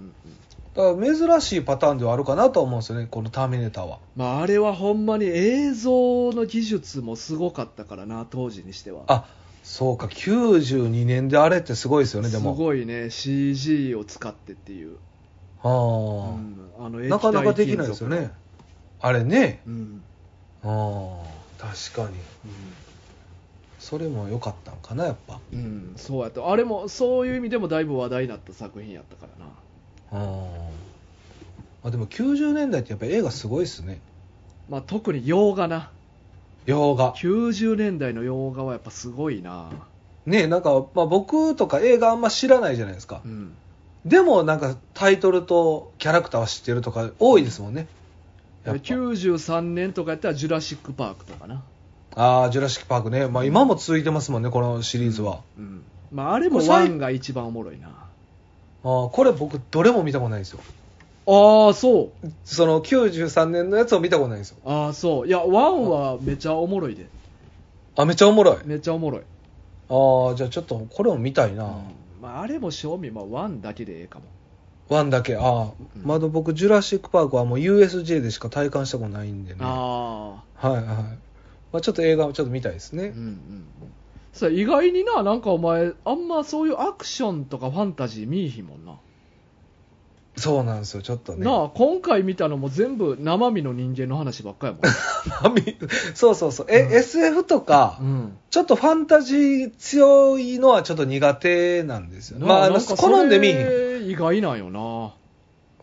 [SPEAKER 2] だから珍しいパターンではあるかなと思うんですよねこの「ターミネーターは」
[SPEAKER 1] まあ、あれはほんまに映像の技術もすごかったからな当時にしては
[SPEAKER 2] あそうか92年であれってすごいですよねですも
[SPEAKER 1] ごいね CG を使ってっていう、う
[SPEAKER 2] あ
[SPEAKER 1] んあの
[SPEAKER 2] あ、なかなかできないですよね、あれね
[SPEAKER 1] うん
[SPEAKER 2] ああ確かにそれも良かったんかなやっぱ
[SPEAKER 1] うんうん、そうやとあれもそういう意味でもだいぶ話題になった作品やったからな
[SPEAKER 2] あーあでも90年代ってやっぱ映画すごいですね
[SPEAKER 1] まあ、特に洋画な
[SPEAKER 2] 洋画
[SPEAKER 1] 90年代の洋画はやっぱすごいな
[SPEAKER 2] ねなんか、まあ、僕とか映画あんま知らないじゃないですか
[SPEAKER 1] うん
[SPEAKER 2] でもなんかタイトルとキャラクターは知ってるとか多いですもんねやっぱ
[SPEAKER 1] 93年とかやったら「ジュラシック・パーク」とかな、
[SPEAKER 2] ああジュラシック・パークね、まあ、今も続いてますもんねこのシリーズは、
[SPEAKER 1] うんまあ、あれも
[SPEAKER 2] これ最
[SPEAKER 1] ワンが一番おもろいな
[SPEAKER 2] ああこれ僕どれも見たことないんですよ
[SPEAKER 1] ああそう
[SPEAKER 2] その93年のやつを見たことないんですよ
[SPEAKER 1] ああそういやワンはめちゃおもろいで
[SPEAKER 2] あめっちゃおもろい
[SPEAKER 1] めちゃおもろい、
[SPEAKER 2] ああじゃあちょっとこれも見たいな、
[SPEAKER 1] うんまあ、あれも正味、まあ、ワンだけでええかも
[SPEAKER 2] ワンだけああ、
[SPEAKER 1] うん
[SPEAKER 2] まだ僕ジュラシック・パークはもう USJ でしか体感したことないんでねは
[SPEAKER 1] あ
[SPEAKER 2] いはい、まあ、ちょっと映画もちょっと見たいです
[SPEAKER 1] あう
[SPEAKER 2] ね
[SPEAKER 1] んう、んそう意外にななんかお前あんまそういうアクションとかファンタジー見えひんもんな、
[SPEAKER 2] そうなんですよちょっとね
[SPEAKER 1] なあ今回見たのも全部生身の人間の話ばっかやもん、
[SPEAKER 2] みそうそうそう、え
[SPEAKER 1] うん
[SPEAKER 2] SF とか、
[SPEAKER 1] うん、
[SPEAKER 2] ちょっとファンタジー強いのはちょっと苦手なんですよねまああの好んで見えへん
[SPEAKER 1] ん意外なんよな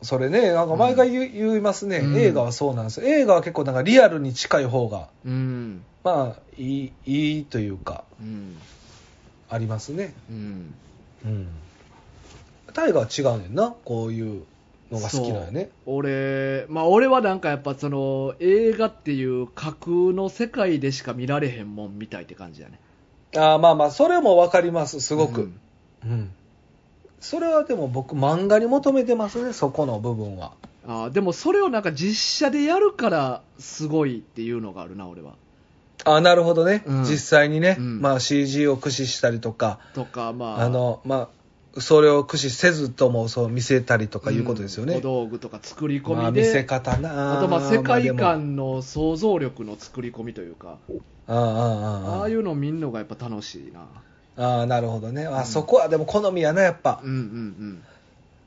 [SPEAKER 2] それねなんか毎回言,、言いますね、
[SPEAKER 1] うん
[SPEAKER 2] 映画はそうなんですよ映画は結構なんかリアルに近い方が
[SPEAKER 1] うん
[SPEAKER 2] まあいいいいというか
[SPEAKER 1] うん
[SPEAKER 2] ありますね
[SPEAKER 1] うん
[SPEAKER 2] うん大河は違うねんなこういうのが好きなんやね
[SPEAKER 1] そう俺まあ俺はなんかやっぱその映画っていう架空の世界でしか見られへんもんみたいって感じやね
[SPEAKER 2] あーまあまあそれも分かりますす
[SPEAKER 1] す
[SPEAKER 2] ごく、うんそれはでも僕漫画に求めてますねそこの部分は
[SPEAKER 1] あーでもそれをなんか実写でやるからすごいっていうのがあるな俺は
[SPEAKER 2] あなるほどね、
[SPEAKER 1] うん
[SPEAKER 2] 実際にね、
[SPEAKER 1] うん
[SPEAKER 2] まあ、CG を駆使したりとか
[SPEAKER 1] とかまあ
[SPEAKER 2] あの、まあ、それを駆使せずともそう見せたりと
[SPEAKER 1] と
[SPEAKER 2] かいうことですよ
[SPEAKER 1] お
[SPEAKER 2] ね、
[SPEAKER 1] 道具とか作り
[SPEAKER 2] ま
[SPEAKER 1] 込
[SPEAKER 2] あ、
[SPEAKER 1] み
[SPEAKER 2] 見せ
[SPEAKER 1] で、
[SPEAKER 2] 方な
[SPEAKER 1] あ、とまあ世界
[SPEAKER 2] まあでも
[SPEAKER 1] 観の想像力の作り込みというか、
[SPEAKER 2] あ
[SPEAKER 1] あ
[SPEAKER 2] あああ
[SPEAKER 1] あ
[SPEAKER 2] あ
[SPEAKER 1] いうのを見るのがやっぱ楽しいな
[SPEAKER 2] ああなるほどねあ、
[SPEAKER 1] うん
[SPEAKER 2] そこはでも好みやなやっぱ、
[SPEAKER 1] うんうん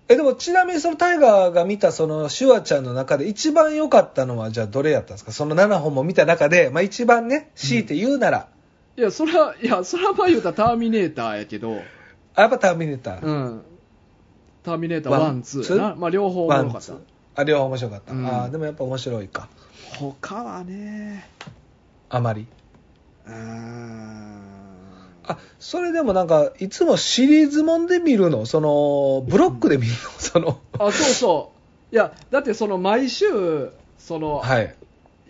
[SPEAKER 2] えでもちなみにそのタイガーが見たそのシュワちゃんの中で一番良かったのはじゃあどれやったんですかその7本も見た中で、まあ、一番ね強いて言うなら、
[SPEAKER 1] うんいやそれ はいやそれはまあ言うたらターミネーターやけど
[SPEAKER 2] あやっぱターミネーター、
[SPEAKER 1] うんターミネーター
[SPEAKER 2] ワ
[SPEAKER 1] 1、
[SPEAKER 2] ン
[SPEAKER 1] 2やな、
[SPEAKER 2] ツー
[SPEAKER 1] まあ、両方おも
[SPEAKER 2] ワ
[SPEAKER 1] ろ
[SPEAKER 2] ン
[SPEAKER 1] かっ
[SPEAKER 2] ツ
[SPEAKER 1] た
[SPEAKER 2] ーあ両方面白かった、
[SPEAKER 1] うん
[SPEAKER 2] ああでもやっぱ面白いか
[SPEAKER 1] 他はね
[SPEAKER 2] あまり
[SPEAKER 1] うーん
[SPEAKER 2] あそれでもなんかいつもシリーズもんで見るのそのブロックで見るの、その
[SPEAKER 1] あそうそういやだってその毎週その、
[SPEAKER 2] はい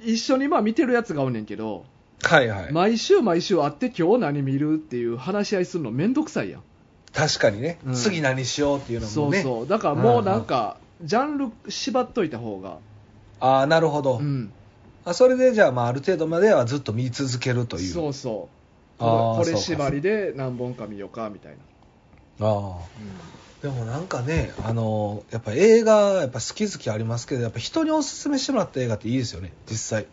[SPEAKER 1] 一緒にまあ見てるやつがおんねんけど、
[SPEAKER 2] はいはい、
[SPEAKER 1] 毎週毎週会って今日何見るっていう話し合いするのめんどくさいやん、
[SPEAKER 2] 確かにね、
[SPEAKER 1] うん
[SPEAKER 2] 次何しようっていうの
[SPEAKER 1] そ
[SPEAKER 2] も
[SPEAKER 1] う
[SPEAKER 2] ね
[SPEAKER 1] そうだからもうなんか、ジャンル縛っといた方が
[SPEAKER 2] ああなるほど、
[SPEAKER 1] うん
[SPEAKER 2] あそれでじゃあ、まあ、ある程度まではずっと見続けるという
[SPEAKER 1] そうそう
[SPEAKER 2] あー
[SPEAKER 1] これこれ
[SPEAKER 2] そうか
[SPEAKER 1] 縛りで何本か見ようかみたいな、
[SPEAKER 2] ああでもなんかねあのやっぱ映画やっぱ好き好きありますけどやっぱ人におすすめしてもらった映画っていいですよね実際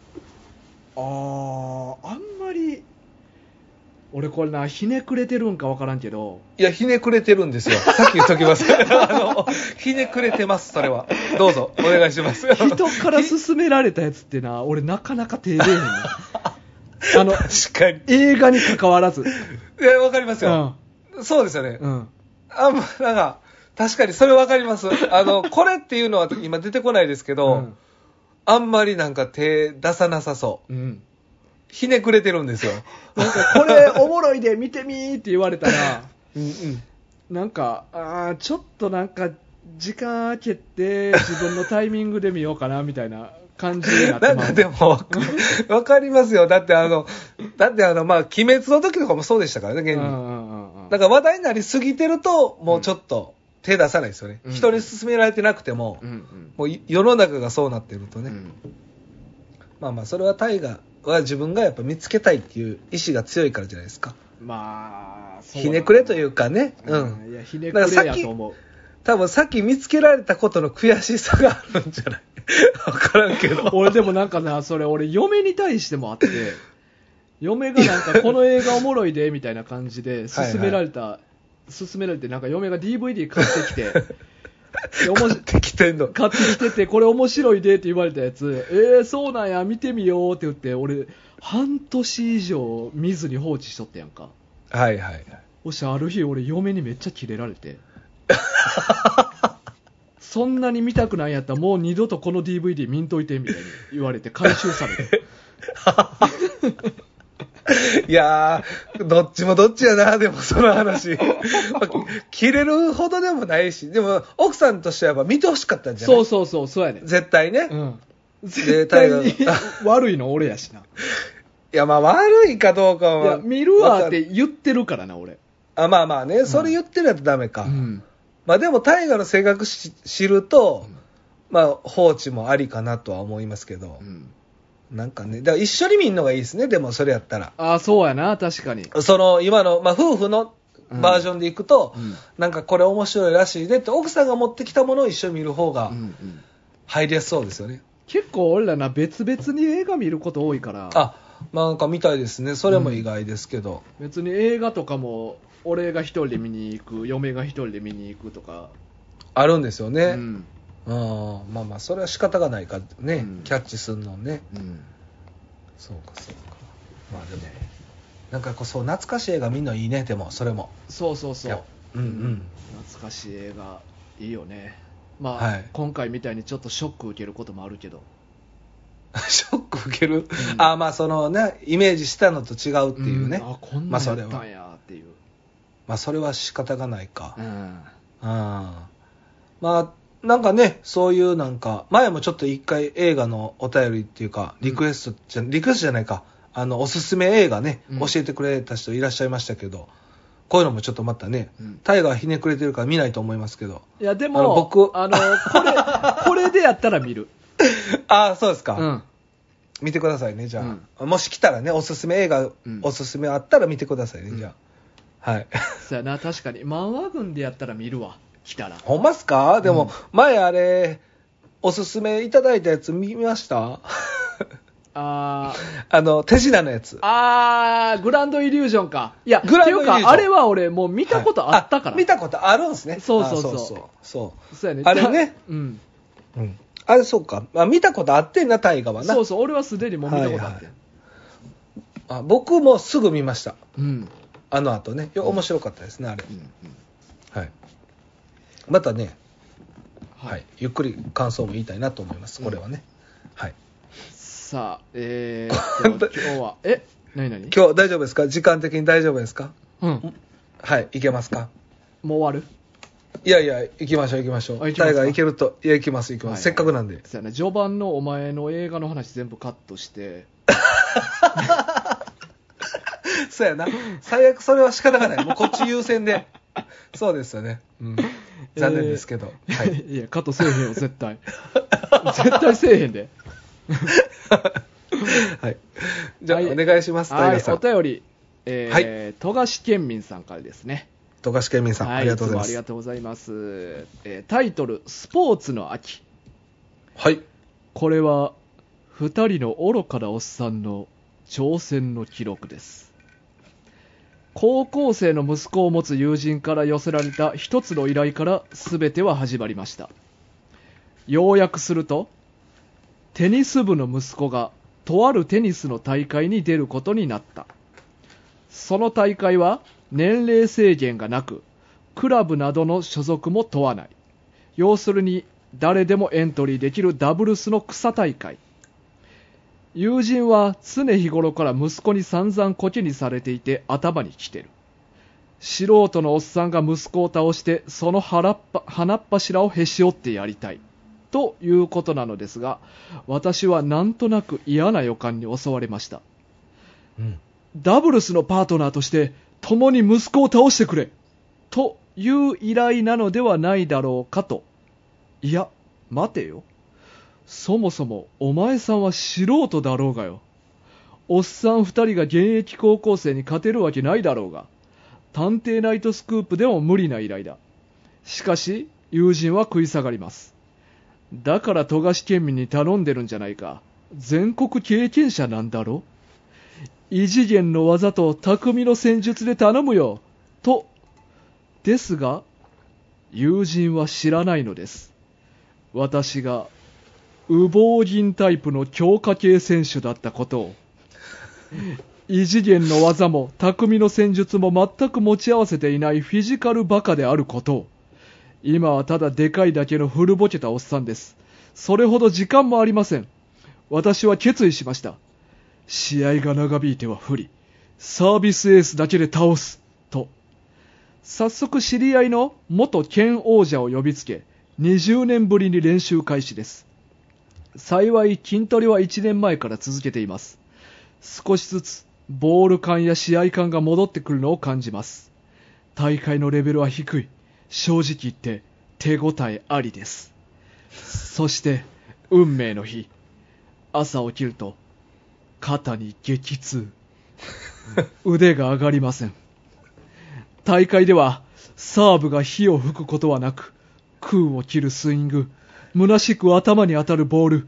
[SPEAKER 1] あああんまり俺これなひねくれてるんか分からんけ ど
[SPEAKER 2] いや、ひねくれてるんですよ。さっき言っとき ます。あの、ひねくれてます、それは。どうぞ、お願いします。
[SPEAKER 1] 人から勧められたやつってな俺なかなか手出えへんねんあ の
[SPEAKER 2] 確かに。
[SPEAKER 1] 映画に関わらず
[SPEAKER 2] いや、わかりますよ。そうですよね。
[SPEAKER 1] うんうん
[SPEAKER 2] あ、まあなんか、確かにそれわかります。あの、これっていうのは今出てこないですけど、
[SPEAKER 1] うん
[SPEAKER 2] あんまりなんか手出さなさそう。
[SPEAKER 1] うん
[SPEAKER 2] ひねくれてるんですよ。
[SPEAKER 1] なんかこれおもろいで見てみーって言われたら
[SPEAKER 2] うんうん。
[SPEAKER 1] なんかあーちょっとなんか時間空けて自分のタイミングで見ようかなみたいな感じになって
[SPEAKER 2] なん
[SPEAKER 1] ま
[SPEAKER 2] か
[SPEAKER 1] う
[SPEAKER 2] でも、わか わかりますよ。だってあの、だってあの、まあ、鬼滅の時とかもそうでしたからね、現
[SPEAKER 1] うんう
[SPEAKER 2] に。
[SPEAKER 1] んうんうん
[SPEAKER 2] なんか話題になりすぎてると、もうちょっと手出さないですよね。
[SPEAKER 1] うん
[SPEAKER 2] 人に勧められてなくても、
[SPEAKER 1] うんうん
[SPEAKER 2] もうい世の中がそうなってると
[SPEAKER 1] う
[SPEAKER 2] ね。
[SPEAKER 1] ん
[SPEAKER 2] まあまあ、それは大河は自分がやっぱ見つけたいっていう意志が強いからじゃないですか。
[SPEAKER 1] まあそうだ
[SPEAKER 2] ひねくれというかね。う
[SPEAKER 1] うん
[SPEAKER 2] ん。
[SPEAKER 1] いやひねくれやと思う
[SPEAKER 2] 多分さっき見つけられたことの悔しさがあるんじゃない わからんけ ど。
[SPEAKER 1] 俺でもなんかな、それ俺嫁に対してもあって、嫁がなんかこの映画おもろいでみたいな感じで
[SPEAKER 2] はいはい
[SPEAKER 1] 勧められた、勧められてなんか嫁が DVD 買ってきて、でおも
[SPEAKER 2] 思っ
[SPEAKER 1] して
[SPEAKER 2] きてんの。
[SPEAKER 1] 買ってきててこれ面白いでって言われたやつ、えー、そうなんや見てみようって言って、俺半年以上見ずに放置しとったやんか。
[SPEAKER 2] はいはいはい。
[SPEAKER 1] そしてある日俺嫁にめっちゃキレられて そんなに見たくないんやったらもう二度とこの DVD 見んといてみたいに言われて回収され て
[SPEAKER 2] いやー、どっちもどっちやな、でもその話。まあ切れるほどでもないし、でも奥さんとしてはやっぱ見てほしかったんじゃない
[SPEAKER 1] そうそうそうそうやねん、
[SPEAKER 2] 絶対ね。
[SPEAKER 1] う
[SPEAKER 2] い
[SPEAKER 1] ん、絶対に 悪いの俺やし な
[SPEAKER 2] や、まあ 悪いかどうか
[SPEAKER 1] いや
[SPEAKER 2] は。
[SPEAKER 1] 見るわっ
[SPEAKER 2] か
[SPEAKER 1] て
[SPEAKER 2] る。
[SPEAKER 1] 言ってるからな俺、
[SPEAKER 2] あ、まあまあね、それ言ってるやつダメか。
[SPEAKER 1] うん、
[SPEAKER 2] まあでも大河の性格し知ると、まあ放置もありかなとは思いますけど
[SPEAKER 1] う、ん
[SPEAKER 2] なんかね、だから一緒に見るのがいいですね、でもそれやったら。
[SPEAKER 1] ああそうやな確かに
[SPEAKER 2] その今の、まあ、夫婦のバージョンでいくと、
[SPEAKER 1] うん
[SPEAKER 2] なんかこれ面白いらしいねって奥さんが持ってきたものを一緒に見る方が
[SPEAKER 1] うんうん
[SPEAKER 2] 入りやすそうですよね、
[SPEAKER 1] 結構俺らな別々に映画見ること多いから
[SPEAKER 2] あなんか見たいですねそれも意外ですけど、
[SPEAKER 1] 別に映画とかも俺が一人で見に行く嫁が一人で見に行くとか、
[SPEAKER 2] あるんですよ
[SPEAKER 1] う
[SPEAKER 2] ね、
[SPEAKER 1] ん
[SPEAKER 2] うん、まあまあそれは仕方がないからね、
[SPEAKER 1] うん
[SPEAKER 2] キャッチするのね
[SPEAKER 1] うん、
[SPEAKER 2] そうかそうかまあでもなんかこうそう懐かしい映画見るのいいねでもそれも
[SPEAKER 1] そうそうそ
[SPEAKER 2] いうやうんうん
[SPEAKER 1] 懐かしい映画いいよねまあ、
[SPEAKER 2] はい
[SPEAKER 1] 今回みたいにちょっとショック受けることもあるけど
[SPEAKER 2] ショック受ける、あまあそのねイメージしたのと違うっていうね、
[SPEAKER 1] んあこんな
[SPEAKER 2] まあ
[SPEAKER 1] ん
[SPEAKER 2] そ
[SPEAKER 1] や
[SPEAKER 2] れ
[SPEAKER 1] った
[SPEAKER 2] は
[SPEAKER 1] んやっていう、
[SPEAKER 2] まあそれは仕方がないか、
[SPEAKER 1] うん
[SPEAKER 2] あーまあなんかねそういうなんか前もちょっと一回映画のお便りっていうかリクエストじゃ、リクエストじゃないかあのおすすめ映画ね、
[SPEAKER 1] うん
[SPEAKER 2] 教えてくれた人いらっしゃいましたけどこういうのもちょっとまたね、
[SPEAKER 1] うん
[SPEAKER 2] タイガーひねくれてるから見ないと思いますけど
[SPEAKER 1] いやで
[SPEAKER 2] あの
[SPEAKER 1] も
[SPEAKER 2] 僕
[SPEAKER 1] あのこれこれでやったら見る
[SPEAKER 2] ああそうですか、
[SPEAKER 1] うん
[SPEAKER 2] 見てくださいねじゃあ、もし来たらねおすすめ映画、
[SPEAKER 1] うん
[SPEAKER 2] おすすめあったら見てくださいね、
[SPEAKER 1] うん
[SPEAKER 2] じゃあはい
[SPEAKER 1] そうやな確かに漫画群でやったら見るわ来たら
[SPEAKER 2] ほんますかでも、前あれおすすめいただいたやつ見ました
[SPEAKER 1] あー
[SPEAKER 2] あの手品のやつ
[SPEAKER 1] あー、グランドイリュージョンか。いや、
[SPEAKER 2] グランドイリュージョン
[SPEAKER 1] っていうか、あれは俺、もう見たことあったから。
[SPEAKER 2] 見たことあるんですね
[SPEAKER 1] そうそうそう
[SPEAKER 2] あそうそ
[SPEAKER 1] そうやね。
[SPEAKER 2] あれね
[SPEAKER 1] た。うん。
[SPEAKER 2] ううんあれそうか、あ、見たことあってんな大河はな
[SPEAKER 1] そうそう、俺はすでにもう見たことあって。
[SPEAKER 2] はいはいあ僕もすぐ見ました
[SPEAKER 1] うん。うん
[SPEAKER 2] あの後ねよ面白かったですねあれ、
[SPEAKER 1] うん
[SPEAKER 2] はいまたね、は
[SPEAKER 1] はいい。、
[SPEAKER 2] ゆっくり感想も言いたいなと思いますこれはね、はい
[SPEAKER 1] さあ、え ーっと、今日は、え、なになに
[SPEAKER 2] 今日大丈夫ですか時間的に大丈夫ですか
[SPEAKER 1] うん。
[SPEAKER 2] はいいけますか
[SPEAKER 1] もう終わる
[SPEAKER 2] いやいや行きましょう行きましょ
[SPEAKER 1] あ
[SPEAKER 2] う
[SPEAKER 1] 行きます
[SPEAKER 2] 大
[SPEAKER 1] か
[SPEAKER 2] 河行けるといや行きます行きま
[SPEAKER 1] は
[SPEAKER 2] す、
[SPEAKER 1] い
[SPEAKER 2] せっかくなんで
[SPEAKER 1] そうやね。序盤のお前の映画の話全部カットして、
[SPEAKER 2] そうやな。最悪それは仕方がない。もうこっち優先で。そうですよね。うん。残念ですけど。はい。
[SPEAKER 1] いや、カットせえへんよ、絶対。 絶対せえへんで。
[SPEAKER 2] はい。じゃあ、
[SPEAKER 1] はい
[SPEAKER 2] お願いします、大
[SPEAKER 1] は
[SPEAKER 2] 河
[SPEAKER 1] い、
[SPEAKER 2] さ
[SPEAKER 1] お
[SPEAKER 2] ん。
[SPEAKER 1] 便り、えー、富樫県民さんからですね。
[SPEAKER 2] 富樫県民さん、
[SPEAKER 1] はい、
[SPEAKER 2] ありがとうござい
[SPEAKER 1] つもあ
[SPEAKER 2] ま
[SPEAKER 1] り
[SPEAKER 2] す
[SPEAKER 1] が。とうございます。えータイトル、スポーツの秋。
[SPEAKER 2] はい。
[SPEAKER 1] これは、二人の愚かなおっさんの挑戦の記録です。高校生の息子を持つ友人から寄せられた一つの依頼から全ては始まりました要約するとテニス部の息子がとあるテニスの大会に出ることになったその大会は年齢制限がなくクラブなどの所属も問わない要するに誰でもエントリーできるダブルスの草大会友人は常日頃から息子に散々こきにされていて頭にきてる素人のおっさんが息子を倒してその腹っぱ鼻っ柱をへし折ってやりたいということなのですが私はなんとなく嫌な予感に襲われました
[SPEAKER 2] うん、
[SPEAKER 1] ダブルスのパートナーとして共に息子を倒してくれという依頼なのではないだろうかといや待てよそもそもお前さんは素人だろうがよおっさん2人が現役高校生に勝てるわけないだろうが探偵ナイトスクープでも無理な依頼だしかし友人は食い下がりますだから富樫県民に頼んでるんじゃないか全国経験者なんだろ異次元の技と匠の戦術で頼むよとですが友人は知らないのです私が羽毛銀タイプの強化系選手だったことを異次元の技も匠の戦術も全く持ち合わせていないフィジカルバカであることを今はただでかいだけの古ぼけたおっさんですそれほど時間もありません私は決意しました試合が長引いては不利サービスエースだけで倒すと早速知り合いの元県王者を呼びつけ20年ぶりに練習開始です幸い筋トレは1年前から続けています少しずつボール感や試合感が戻ってくるのを感じます大会のレベルは低い正直言って手応えありですそして運命の日朝起きると肩に激痛腕が上がりません大会ではサーブが火を吹くことはなく空を切るスイング虚しく頭に当たるボール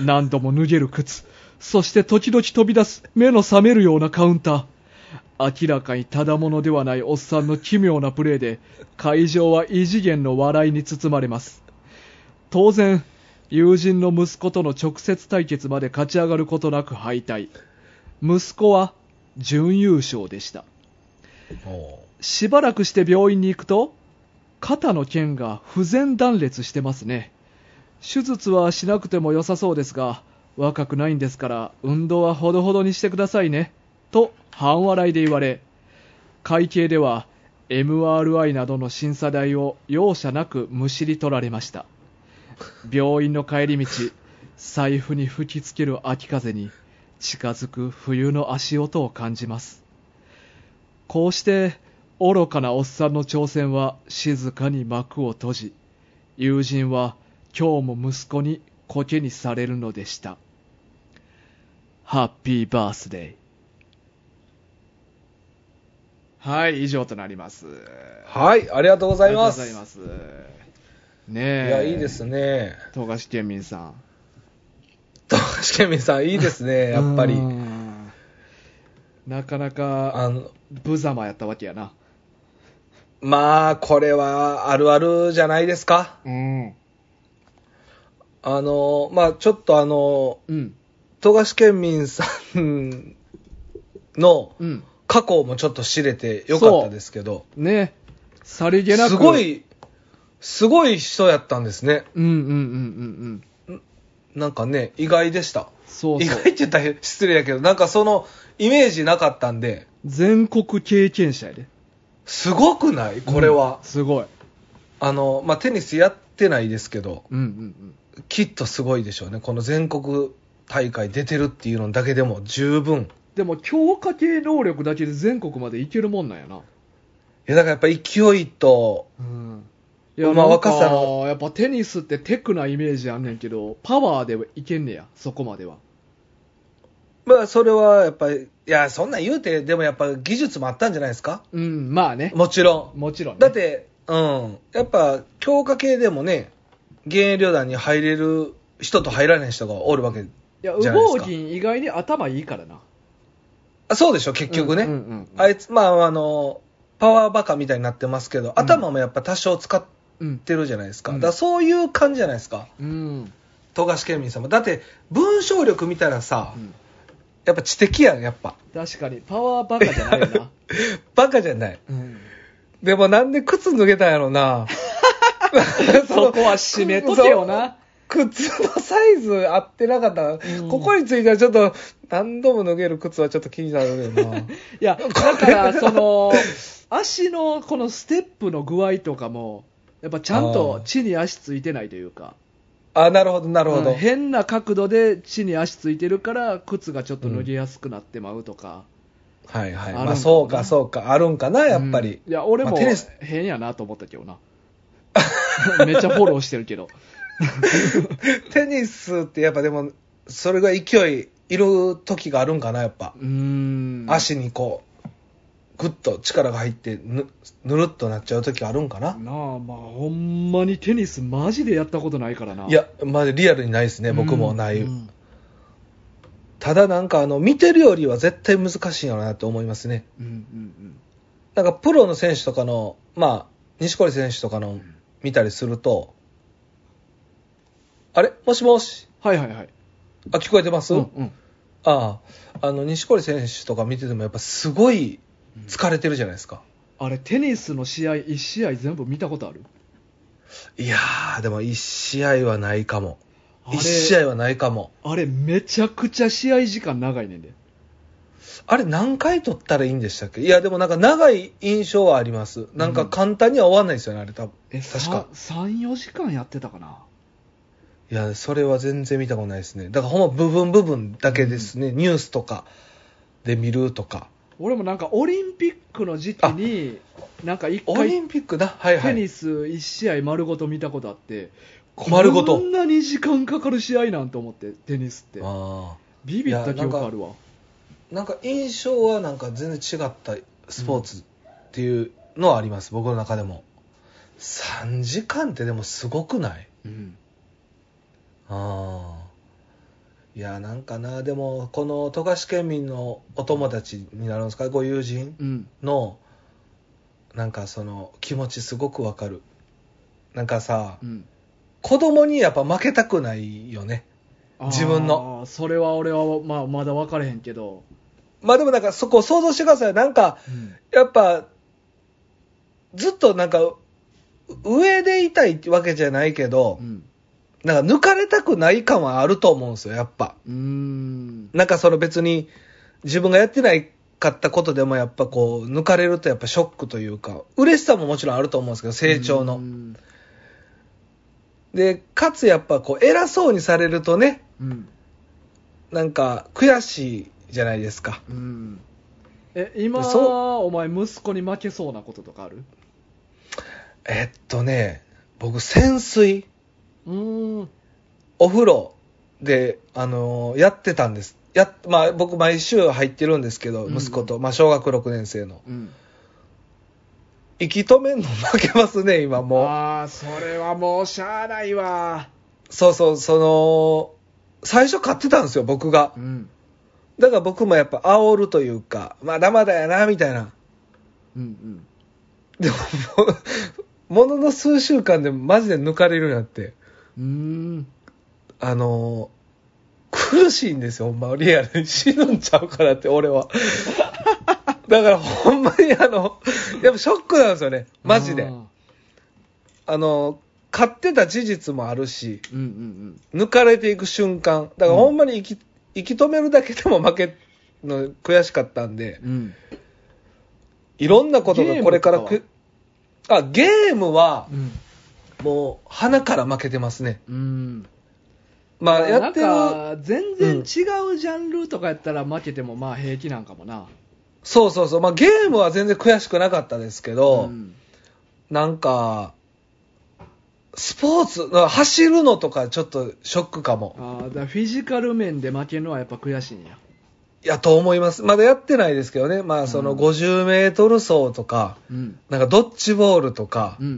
[SPEAKER 1] 何度も脱げる靴そして時々飛び出す目の覚めるようなカウンター明らかにただものではないおっさんの奇妙なプレーで会場は異次元の笑いに包まれます当然友人の息子との直接対決まで勝ち上がることなく敗退息子は準優勝でした
[SPEAKER 2] お
[SPEAKER 1] しばらくして病院に行くと肩の腱が不全断裂してますね手術はしなくても良さそうですが若くないんですから運動はほどほどにしてくださいねと半笑いで言われ会計では MRI などの審査代を容赦なくむしり取られました病院の帰り道財布に吹きつける秋風に近づく冬の足音を感じますこうして愚かなおっさんの挑戦は静かに幕を閉じ友人は今日も息子にコケにされるのでしたハッピーバースデーはい以上となります
[SPEAKER 2] はいありがとうございます
[SPEAKER 1] ありがとうございますね
[SPEAKER 2] い
[SPEAKER 1] え
[SPEAKER 2] やいいですね
[SPEAKER 1] 富樫県民さん
[SPEAKER 2] 富樫健民さんいいですねやっぱり
[SPEAKER 1] うんなかなか
[SPEAKER 2] あの
[SPEAKER 1] 無様やったわけやな
[SPEAKER 2] まあこれはあるあるじゃないですか
[SPEAKER 1] うん
[SPEAKER 2] あのまあちょっとあの
[SPEAKER 1] うん
[SPEAKER 2] 富樫健民さんの
[SPEAKER 1] うん
[SPEAKER 2] 過去もちょっと知れてよかったですけど
[SPEAKER 1] ねさりげなく
[SPEAKER 2] すごいすごい人やったんですね
[SPEAKER 1] うんうんうんうんうん
[SPEAKER 2] なんかね意外でした
[SPEAKER 1] そう
[SPEAKER 2] 意
[SPEAKER 1] そ
[SPEAKER 2] 外
[SPEAKER 1] う
[SPEAKER 2] って言ったら失礼やけどなんかそのイメージなかったんで
[SPEAKER 1] 全国経験者やです
[SPEAKER 2] ごくないこれは、
[SPEAKER 1] すごい
[SPEAKER 2] あの、まあ、テニスやってないですけど
[SPEAKER 1] うんうん
[SPEAKER 2] きっとすごいでしょうねこの全国大会出てるっていうのだけでも十分
[SPEAKER 1] うんでも強化系能力だけで全国までいけるもんなんやない
[SPEAKER 2] やだからやっぱ勢いと
[SPEAKER 1] うんい
[SPEAKER 2] まあ
[SPEAKER 1] なんか
[SPEAKER 2] 若さの
[SPEAKER 1] やっぱテニスってテクなイメージあんねんけどパワーでいけんねやそこまでは
[SPEAKER 2] まあそれはやっぱりいやそんなん言うてでもやっぱ技術もあったんじゃないですか
[SPEAKER 1] うんまあね
[SPEAKER 2] もちろん
[SPEAKER 1] もちろん、ね、
[SPEAKER 2] だってうんやっぱ強化系でもね現役旅団に入れる人と入らない人がおるわ
[SPEAKER 1] い
[SPEAKER 2] け
[SPEAKER 1] や、
[SPEAKER 2] じゃないで
[SPEAKER 1] 羽毛
[SPEAKER 2] すか
[SPEAKER 1] 銀意外に頭いいからな。
[SPEAKER 2] あそうでしょ、結局ね。
[SPEAKER 1] うんうんうんうん
[SPEAKER 2] あいつ、まあ、あの、パワーバカみたいになってますけど、頭もやっぱ多少使っ
[SPEAKER 1] うん
[SPEAKER 2] てるじゃないですか。
[SPEAKER 1] うん
[SPEAKER 2] だからそういう感じじゃないですか。
[SPEAKER 1] うん
[SPEAKER 2] 富樫県民様。だって、文章力見たらさ、
[SPEAKER 1] うん
[SPEAKER 2] やっぱ知的やん、やっぱ。
[SPEAKER 1] 確かにパワーバカじゃないよ な、
[SPEAKER 2] バカじゃない。
[SPEAKER 1] うん、
[SPEAKER 2] でもなんで靴脱げたんやろ な。
[SPEAKER 1] そこは締めとけよな
[SPEAKER 2] 靴のサイズ合ってなかったら、
[SPEAKER 1] うん
[SPEAKER 2] ここについてはちょっと、何度も脱げる靴はちょっと気になるよな。
[SPEAKER 1] いやだからその足のこのステップの具合とかもやっぱちゃん
[SPEAKER 2] あ
[SPEAKER 1] と
[SPEAKER 2] ー
[SPEAKER 1] 地に足ついてないというか
[SPEAKER 2] あ、なるほど、なるほ
[SPEAKER 1] う
[SPEAKER 2] ど
[SPEAKER 1] ん。変な角度で地に足ついてるから靴がちょっと脱ぎやすくなってまうとか、
[SPEAKER 2] はいはい。
[SPEAKER 1] あるんか
[SPEAKER 2] ま
[SPEAKER 1] な
[SPEAKER 2] あそうか、そうか。あるんかな、やっぱり。
[SPEAKER 1] うんいや俺
[SPEAKER 2] ま
[SPEAKER 1] も
[SPEAKER 2] あテニス
[SPEAKER 1] 変やなと思ったけどな めっちゃフォローしてるけど
[SPEAKER 2] テニスってやっぱでも、それが勢いいる時があるんかな、やっぱ。
[SPEAKER 1] うーん
[SPEAKER 2] 足にこう、ぐっと力が入ってぬ、ぬるっとなっちゃう時あるんかな。
[SPEAKER 1] なあまあほんまにテニスマジでやったことないからない
[SPEAKER 2] いや、まあリアルにないですね、僕もない。
[SPEAKER 1] うん
[SPEAKER 2] ただなんかあの、見てるよりは絶対難しいんやろなと思いますね。
[SPEAKER 1] うんうん
[SPEAKER 2] なんかプロの選手とかの、まあ、西堀選手とか
[SPEAKER 1] う
[SPEAKER 2] の
[SPEAKER 1] ん
[SPEAKER 2] 見たりすると、あれもしもし
[SPEAKER 1] はいはいはい
[SPEAKER 2] あ、聞こえてます、
[SPEAKER 1] うんうん
[SPEAKER 2] ああ、あの、西堀選手とか見ててもやっぱすごい疲れてるじゃないですか。
[SPEAKER 1] あれテニスの試合1試合全部見たことある
[SPEAKER 2] いやー、でも1試合はないかも。
[SPEAKER 1] あれ
[SPEAKER 2] 1試合はないかも。
[SPEAKER 1] あれめちゃくちゃ試合時間長いねんで
[SPEAKER 2] あれ何回取ったらいいんでしたっけいや、でもなんか長い印象はあります。なんか簡単には終わんないですよね、あれ多分。
[SPEAKER 1] え
[SPEAKER 2] 確か。
[SPEAKER 1] 34時間やってたかない
[SPEAKER 2] や、それは全然見たことないですね。だからほんま部分部分だけですね。ニュースとかで見るとか。
[SPEAKER 1] 俺もなんかオリンピックの時期になんか1
[SPEAKER 2] オリ
[SPEAKER 1] 回
[SPEAKER 2] ンピックだ。はいは
[SPEAKER 1] テ
[SPEAKER 2] い
[SPEAKER 1] ニ。ス1試合丸ごと見たことあって
[SPEAKER 2] 丸ごと
[SPEAKER 1] こんなに時間かかる試合なんと思ってテニスって
[SPEAKER 2] あ
[SPEAKER 1] ビビった記憶あるわ
[SPEAKER 2] ーなんか印象はなんか全然違ったスポーツっていうのはあります。僕の中でも。3時間ってでもすごくない
[SPEAKER 1] うん
[SPEAKER 2] ああいやなんかなでもこの富樫県民のお友達になるんですかご友人
[SPEAKER 1] うん
[SPEAKER 2] のなんかその気持ちすごくわかるなんかさ
[SPEAKER 1] うん
[SPEAKER 2] 子供にやっぱ負けたくないよね
[SPEAKER 1] あー
[SPEAKER 2] 自分の
[SPEAKER 1] それは俺は、まあ、まだ分かれへんけど、
[SPEAKER 2] まあでもなんかそこを想像してくださいなんかやっぱずっとなんかう上でいたいわけじゃないけど
[SPEAKER 1] う、ん
[SPEAKER 2] なんか抜かれたくない感はあると思うんですよやっぱ
[SPEAKER 1] うーん
[SPEAKER 2] なんかその別に自分がやってないかったことでもやっぱこう抜かれるとやっぱショックというか嬉しさももちろんあると思うんですけど成長
[SPEAKER 1] う
[SPEAKER 2] の
[SPEAKER 1] ん
[SPEAKER 2] でかつやっぱこう偉そうにされるとね
[SPEAKER 1] うん
[SPEAKER 2] なんか悔しいじゃないですか
[SPEAKER 1] うんえ今
[SPEAKER 2] そ
[SPEAKER 1] お前息子に負けそうなこととかある
[SPEAKER 2] えっとね僕潜水
[SPEAKER 1] うーん
[SPEAKER 2] お風呂であのーやってたんですやっまあ僕毎週入ってるんですけど
[SPEAKER 1] うん
[SPEAKER 2] 息子と、まあ小学6年生の
[SPEAKER 1] うん
[SPEAKER 2] 息止めんの負けますね今もう
[SPEAKER 1] ああそれはもうしゃあないわ
[SPEAKER 2] そうそう、その、最初買ってたんですよ、僕が
[SPEAKER 1] う。ん
[SPEAKER 2] だから僕もやっぱ煽るというか、まだまだやな、みたいな。
[SPEAKER 1] うん
[SPEAKER 2] でも、もうものの数週間でマジで抜かれるようになって、
[SPEAKER 1] うんうーん
[SPEAKER 2] あのー苦しいんですよ、ほんま、リアルに。死ぬんちゃうからって、俺は。だからほんまにあの、やっぱショックなんですよね、マジで。
[SPEAKER 1] あ
[SPEAKER 2] あ
[SPEAKER 1] ー
[SPEAKER 2] のー買ってた事実もあるし、
[SPEAKER 1] うんうん
[SPEAKER 2] 抜かれていく瞬間、だからほんまに生き,、息止めるだけでも負けの悔しかったんで、
[SPEAKER 1] うんうん
[SPEAKER 2] いろんなことがこれから
[SPEAKER 1] ゲーム
[SPEAKER 2] く、あ、ゲームは
[SPEAKER 1] うん
[SPEAKER 2] もう鼻から負けてますね。
[SPEAKER 1] うん
[SPEAKER 2] まあやってる、
[SPEAKER 1] なんか全然違うジャンルとかやったら負けてもまあ平気なんかもな
[SPEAKER 2] そうそうそう、まあゲームは全然悔しくなかったですけど、
[SPEAKER 1] ん
[SPEAKER 2] なんか、スポーツ、あ走るのとかちょっとショックかも。
[SPEAKER 1] あーだからフィジカル面で負けるのはやっぱ悔しいんや
[SPEAKER 2] いや、と思います。まだやってないですけどね。まあその
[SPEAKER 1] うん
[SPEAKER 2] 50メートル走とか、
[SPEAKER 1] うん
[SPEAKER 2] なんかドッジボールとか、
[SPEAKER 1] うんうんう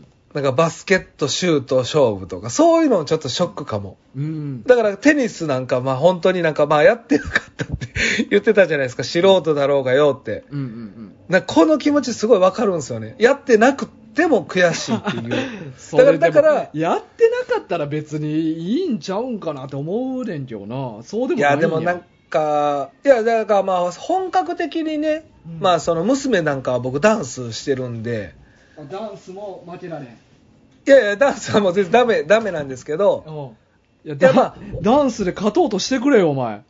[SPEAKER 1] ん
[SPEAKER 2] なんかバスケットシュート勝負とか、そういうのちょっとショックかも。
[SPEAKER 1] うん。
[SPEAKER 2] だからテニスなんか、まあ本当になんか、まあやってなかったって 言ってたじゃないですか。素人だろうがよって。
[SPEAKER 1] うんうんうん。
[SPEAKER 2] なんかこの気持ちすごいわかるんですよね。やってなくても悔しいってい う。
[SPEAKER 1] それでも
[SPEAKER 2] だからだから
[SPEAKER 1] やってなかったら別にいいんちゃうんかなって思うねんけどな。そうでも
[SPEAKER 2] い
[SPEAKER 1] ないんや。
[SPEAKER 2] や、でもなんか、いや、だからまあ本格的にね、
[SPEAKER 1] うん
[SPEAKER 2] まあその娘なんかは僕ダンスしてるんで、
[SPEAKER 1] ダンスも負けられん。
[SPEAKER 2] いやいや、ダンスはもう全然ダメ、ダメなんですけど、
[SPEAKER 1] いや、
[SPEAKER 2] いや
[SPEAKER 1] だ
[SPEAKER 2] まあ
[SPEAKER 1] ダンスで勝とうとしてくれよ、お前。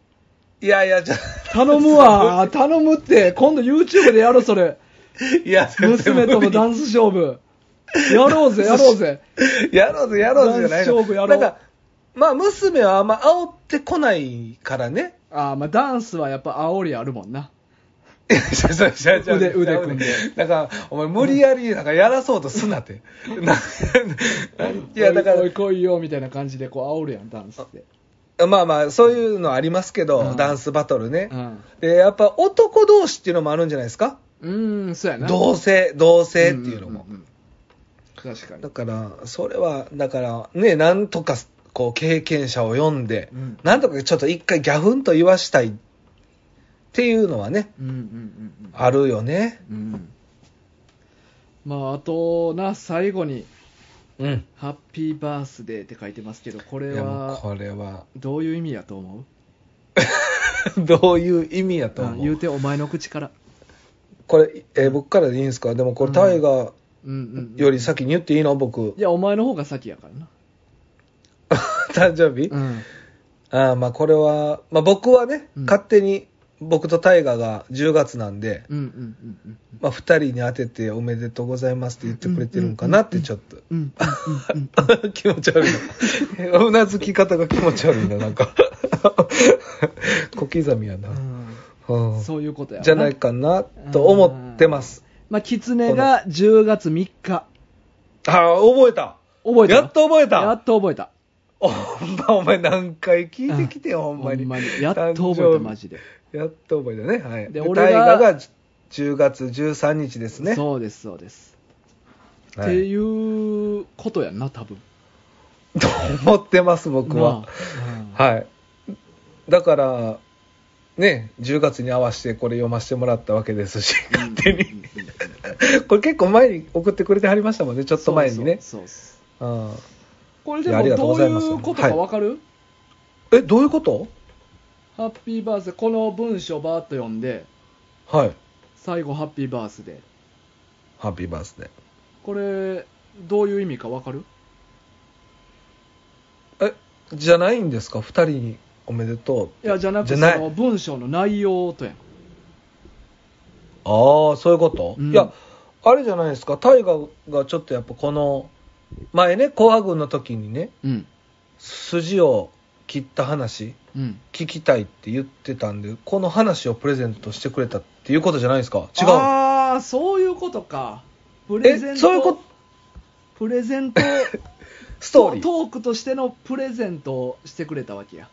[SPEAKER 2] いやいや、じゃ
[SPEAKER 1] 頼むわ、頼むって。今度 YouTube でやろ、それ。
[SPEAKER 2] いや、全然
[SPEAKER 1] 娘とのダンス勝 負。やろうぜ、やろうぜ。
[SPEAKER 2] やろうぜ、やろうぜ、じゃない
[SPEAKER 1] ダンス勝
[SPEAKER 2] の
[SPEAKER 1] 負やろう
[SPEAKER 2] なんか、まあ、娘はあんま煽ってこないからね。
[SPEAKER 1] あーまあ、ダンスはやっぱ煽りあるもんな。
[SPEAKER 2] いやじゃじゃじゃじゃ
[SPEAKER 1] 腕腕組んで
[SPEAKER 2] なんか、お前無理やり、なんかやらそうとす なって。ななんいや、だか
[SPEAKER 1] おい来いよ、みたいな感じでこう煽るやん、ダンスって。
[SPEAKER 2] ら、まあまあ、そういうのありますけど、
[SPEAKER 1] うん
[SPEAKER 2] ダンスバトルね
[SPEAKER 1] う。ん。
[SPEAKER 2] で、やっぱ男同士っていうのもあるんじゃないですか
[SPEAKER 1] うーん、そうやな。
[SPEAKER 2] 同性、同性っていうのも。
[SPEAKER 1] んんん確かに
[SPEAKER 2] だ。から、それは、だから、ね、なんとか、こう、経験者を読んで、
[SPEAKER 1] うん
[SPEAKER 2] なんとかちょっと一回ギャフンと言わしたいっていうのはね、
[SPEAKER 1] うんうんうん
[SPEAKER 2] あるよね。
[SPEAKER 1] うん。うん。まあ、あとな、最後に、
[SPEAKER 2] うん。
[SPEAKER 1] ハッピーバースデーって書いてますけど、こ
[SPEAKER 2] い
[SPEAKER 1] れ
[SPEAKER 2] や、もう
[SPEAKER 1] は
[SPEAKER 2] これは、
[SPEAKER 1] どういう意味やと思う
[SPEAKER 2] どういう意味やと
[SPEAKER 1] うん
[SPEAKER 2] 思
[SPEAKER 1] 言
[SPEAKER 2] う。
[SPEAKER 1] うて、お前の口から。
[SPEAKER 2] これ、えー僕からでいいんですかでもこ
[SPEAKER 1] う
[SPEAKER 2] れ、
[SPEAKER 1] ん
[SPEAKER 2] タイガ
[SPEAKER 1] うんうんうん。
[SPEAKER 2] より先に言っていいの僕
[SPEAKER 1] い。や、お前の方が先やからな。
[SPEAKER 2] 誕生日、
[SPEAKER 1] うん。
[SPEAKER 2] ああ、まあこれは、まあ僕はね、
[SPEAKER 1] うん
[SPEAKER 2] 勝手に、僕とタイガが10月なんで、
[SPEAKER 1] うんうんうん
[SPEAKER 2] まあ2人に当てておめでとうございますって言ってくれてるんかなってちょっと。
[SPEAKER 1] うん。うん。
[SPEAKER 2] 気持ち悪いな。 うなずき方が気持ち悪いな、なんか。 小刻みやな。
[SPEAKER 1] う。
[SPEAKER 2] うんん
[SPEAKER 1] そういうことやわ
[SPEAKER 2] じゃない。かなと思ってます。
[SPEAKER 1] まあ、狐が10月3日。
[SPEAKER 2] ああ、覚えた。
[SPEAKER 1] 覚えた
[SPEAKER 2] やっと覚え
[SPEAKER 1] や
[SPEAKER 2] た。
[SPEAKER 1] っと覚えた。
[SPEAKER 2] ほんま、お前何回聞いてきてよ、ほんまに。
[SPEAKER 1] やっと覚えた、マジで。
[SPEAKER 2] で。やっと覚えたね。はい。
[SPEAKER 1] で
[SPEAKER 2] で、
[SPEAKER 1] 俺が
[SPEAKER 2] 俺が。が10月13日ですね。
[SPEAKER 1] そうです、そうです。っ
[SPEAKER 2] は
[SPEAKER 1] て
[SPEAKER 2] い
[SPEAKER 1] いうことやんな、多分。
[SPEAKER 2] と思ってます、僕は
[SPEAKER 1] な。あ。
[SPEAKER 2] はい。だから、ね、10月に合わせてこれ読ませてもらったわけですし、
[SPEAKER 1] うん
[SPEAKER 2] 勝手に。
[SPEAKER 1] うんうんうん
[SPEAKER 2] これ結構前に送ってくれてはりましたもんね、ちょっと前にね。
[SPEAKER 1] そうそうそう
[SPEAKER 2] うん
[SPEAKER 1] これで
[SPEAKER 2] いやあ
[SPEAKER 1] も
[SPEAKER 2] りがとう
[SPEAKER 1] ど
[SPEAKER 2] ご
[SPEAKER 1] う
[SPEAKER 2] ざいます
[SPEAKER 1] いうことかわかる
[SPEAKER 2] え、どういうこと
[SPEAKER 1] ハッピーバースデー、この文章バーっと読んで、
[SPEAKER 2] はい。
[SPEAKER 1] 最後ハッピーバースデー。
[SPEAKER 2] ハッピーバースデ
[SPEAKER 1] これ、どういう意味かわかる
[SPEAKER 2] ー。え、じゃないんですか二人におめでとう。
[SPEAKER 1] いや、じゃなくて、
[SPEAKER 2] じゃない
[SPEAKER 1] その文章の内容とやん。
[SPEAKER 2] ああ、そういうこと、
[SPEAKER 1] うん
[SPEAKER 2] いや、あれじゃないですか、大河がちょっとやっぱこの、前ね、紅白軍の時にね、
[SPEAKER 1] うん。
[SPEAKER 2] 筋を切った話、
[SPEAKER 1] うん。
[SPEAKER 2] 聞きたいって言ってたんで、この話をプレゼントしてくれたっていうことじゃないですか違う。
[SPEAKER 1] ああ、そういうことか。プレゼン
[SPEAKER 2] え、
[SPEAKER 1] ト。
[SPEAKER 2] そういうこと、
[SPEAKER 1] プレゼ ント
[SPEAKER 2] ストーリ
[SPEAKER 1] ト
[SPEAKER 2] ー
[SPEAKER 1] ークとしてのプレゼントをしてくれたわけや。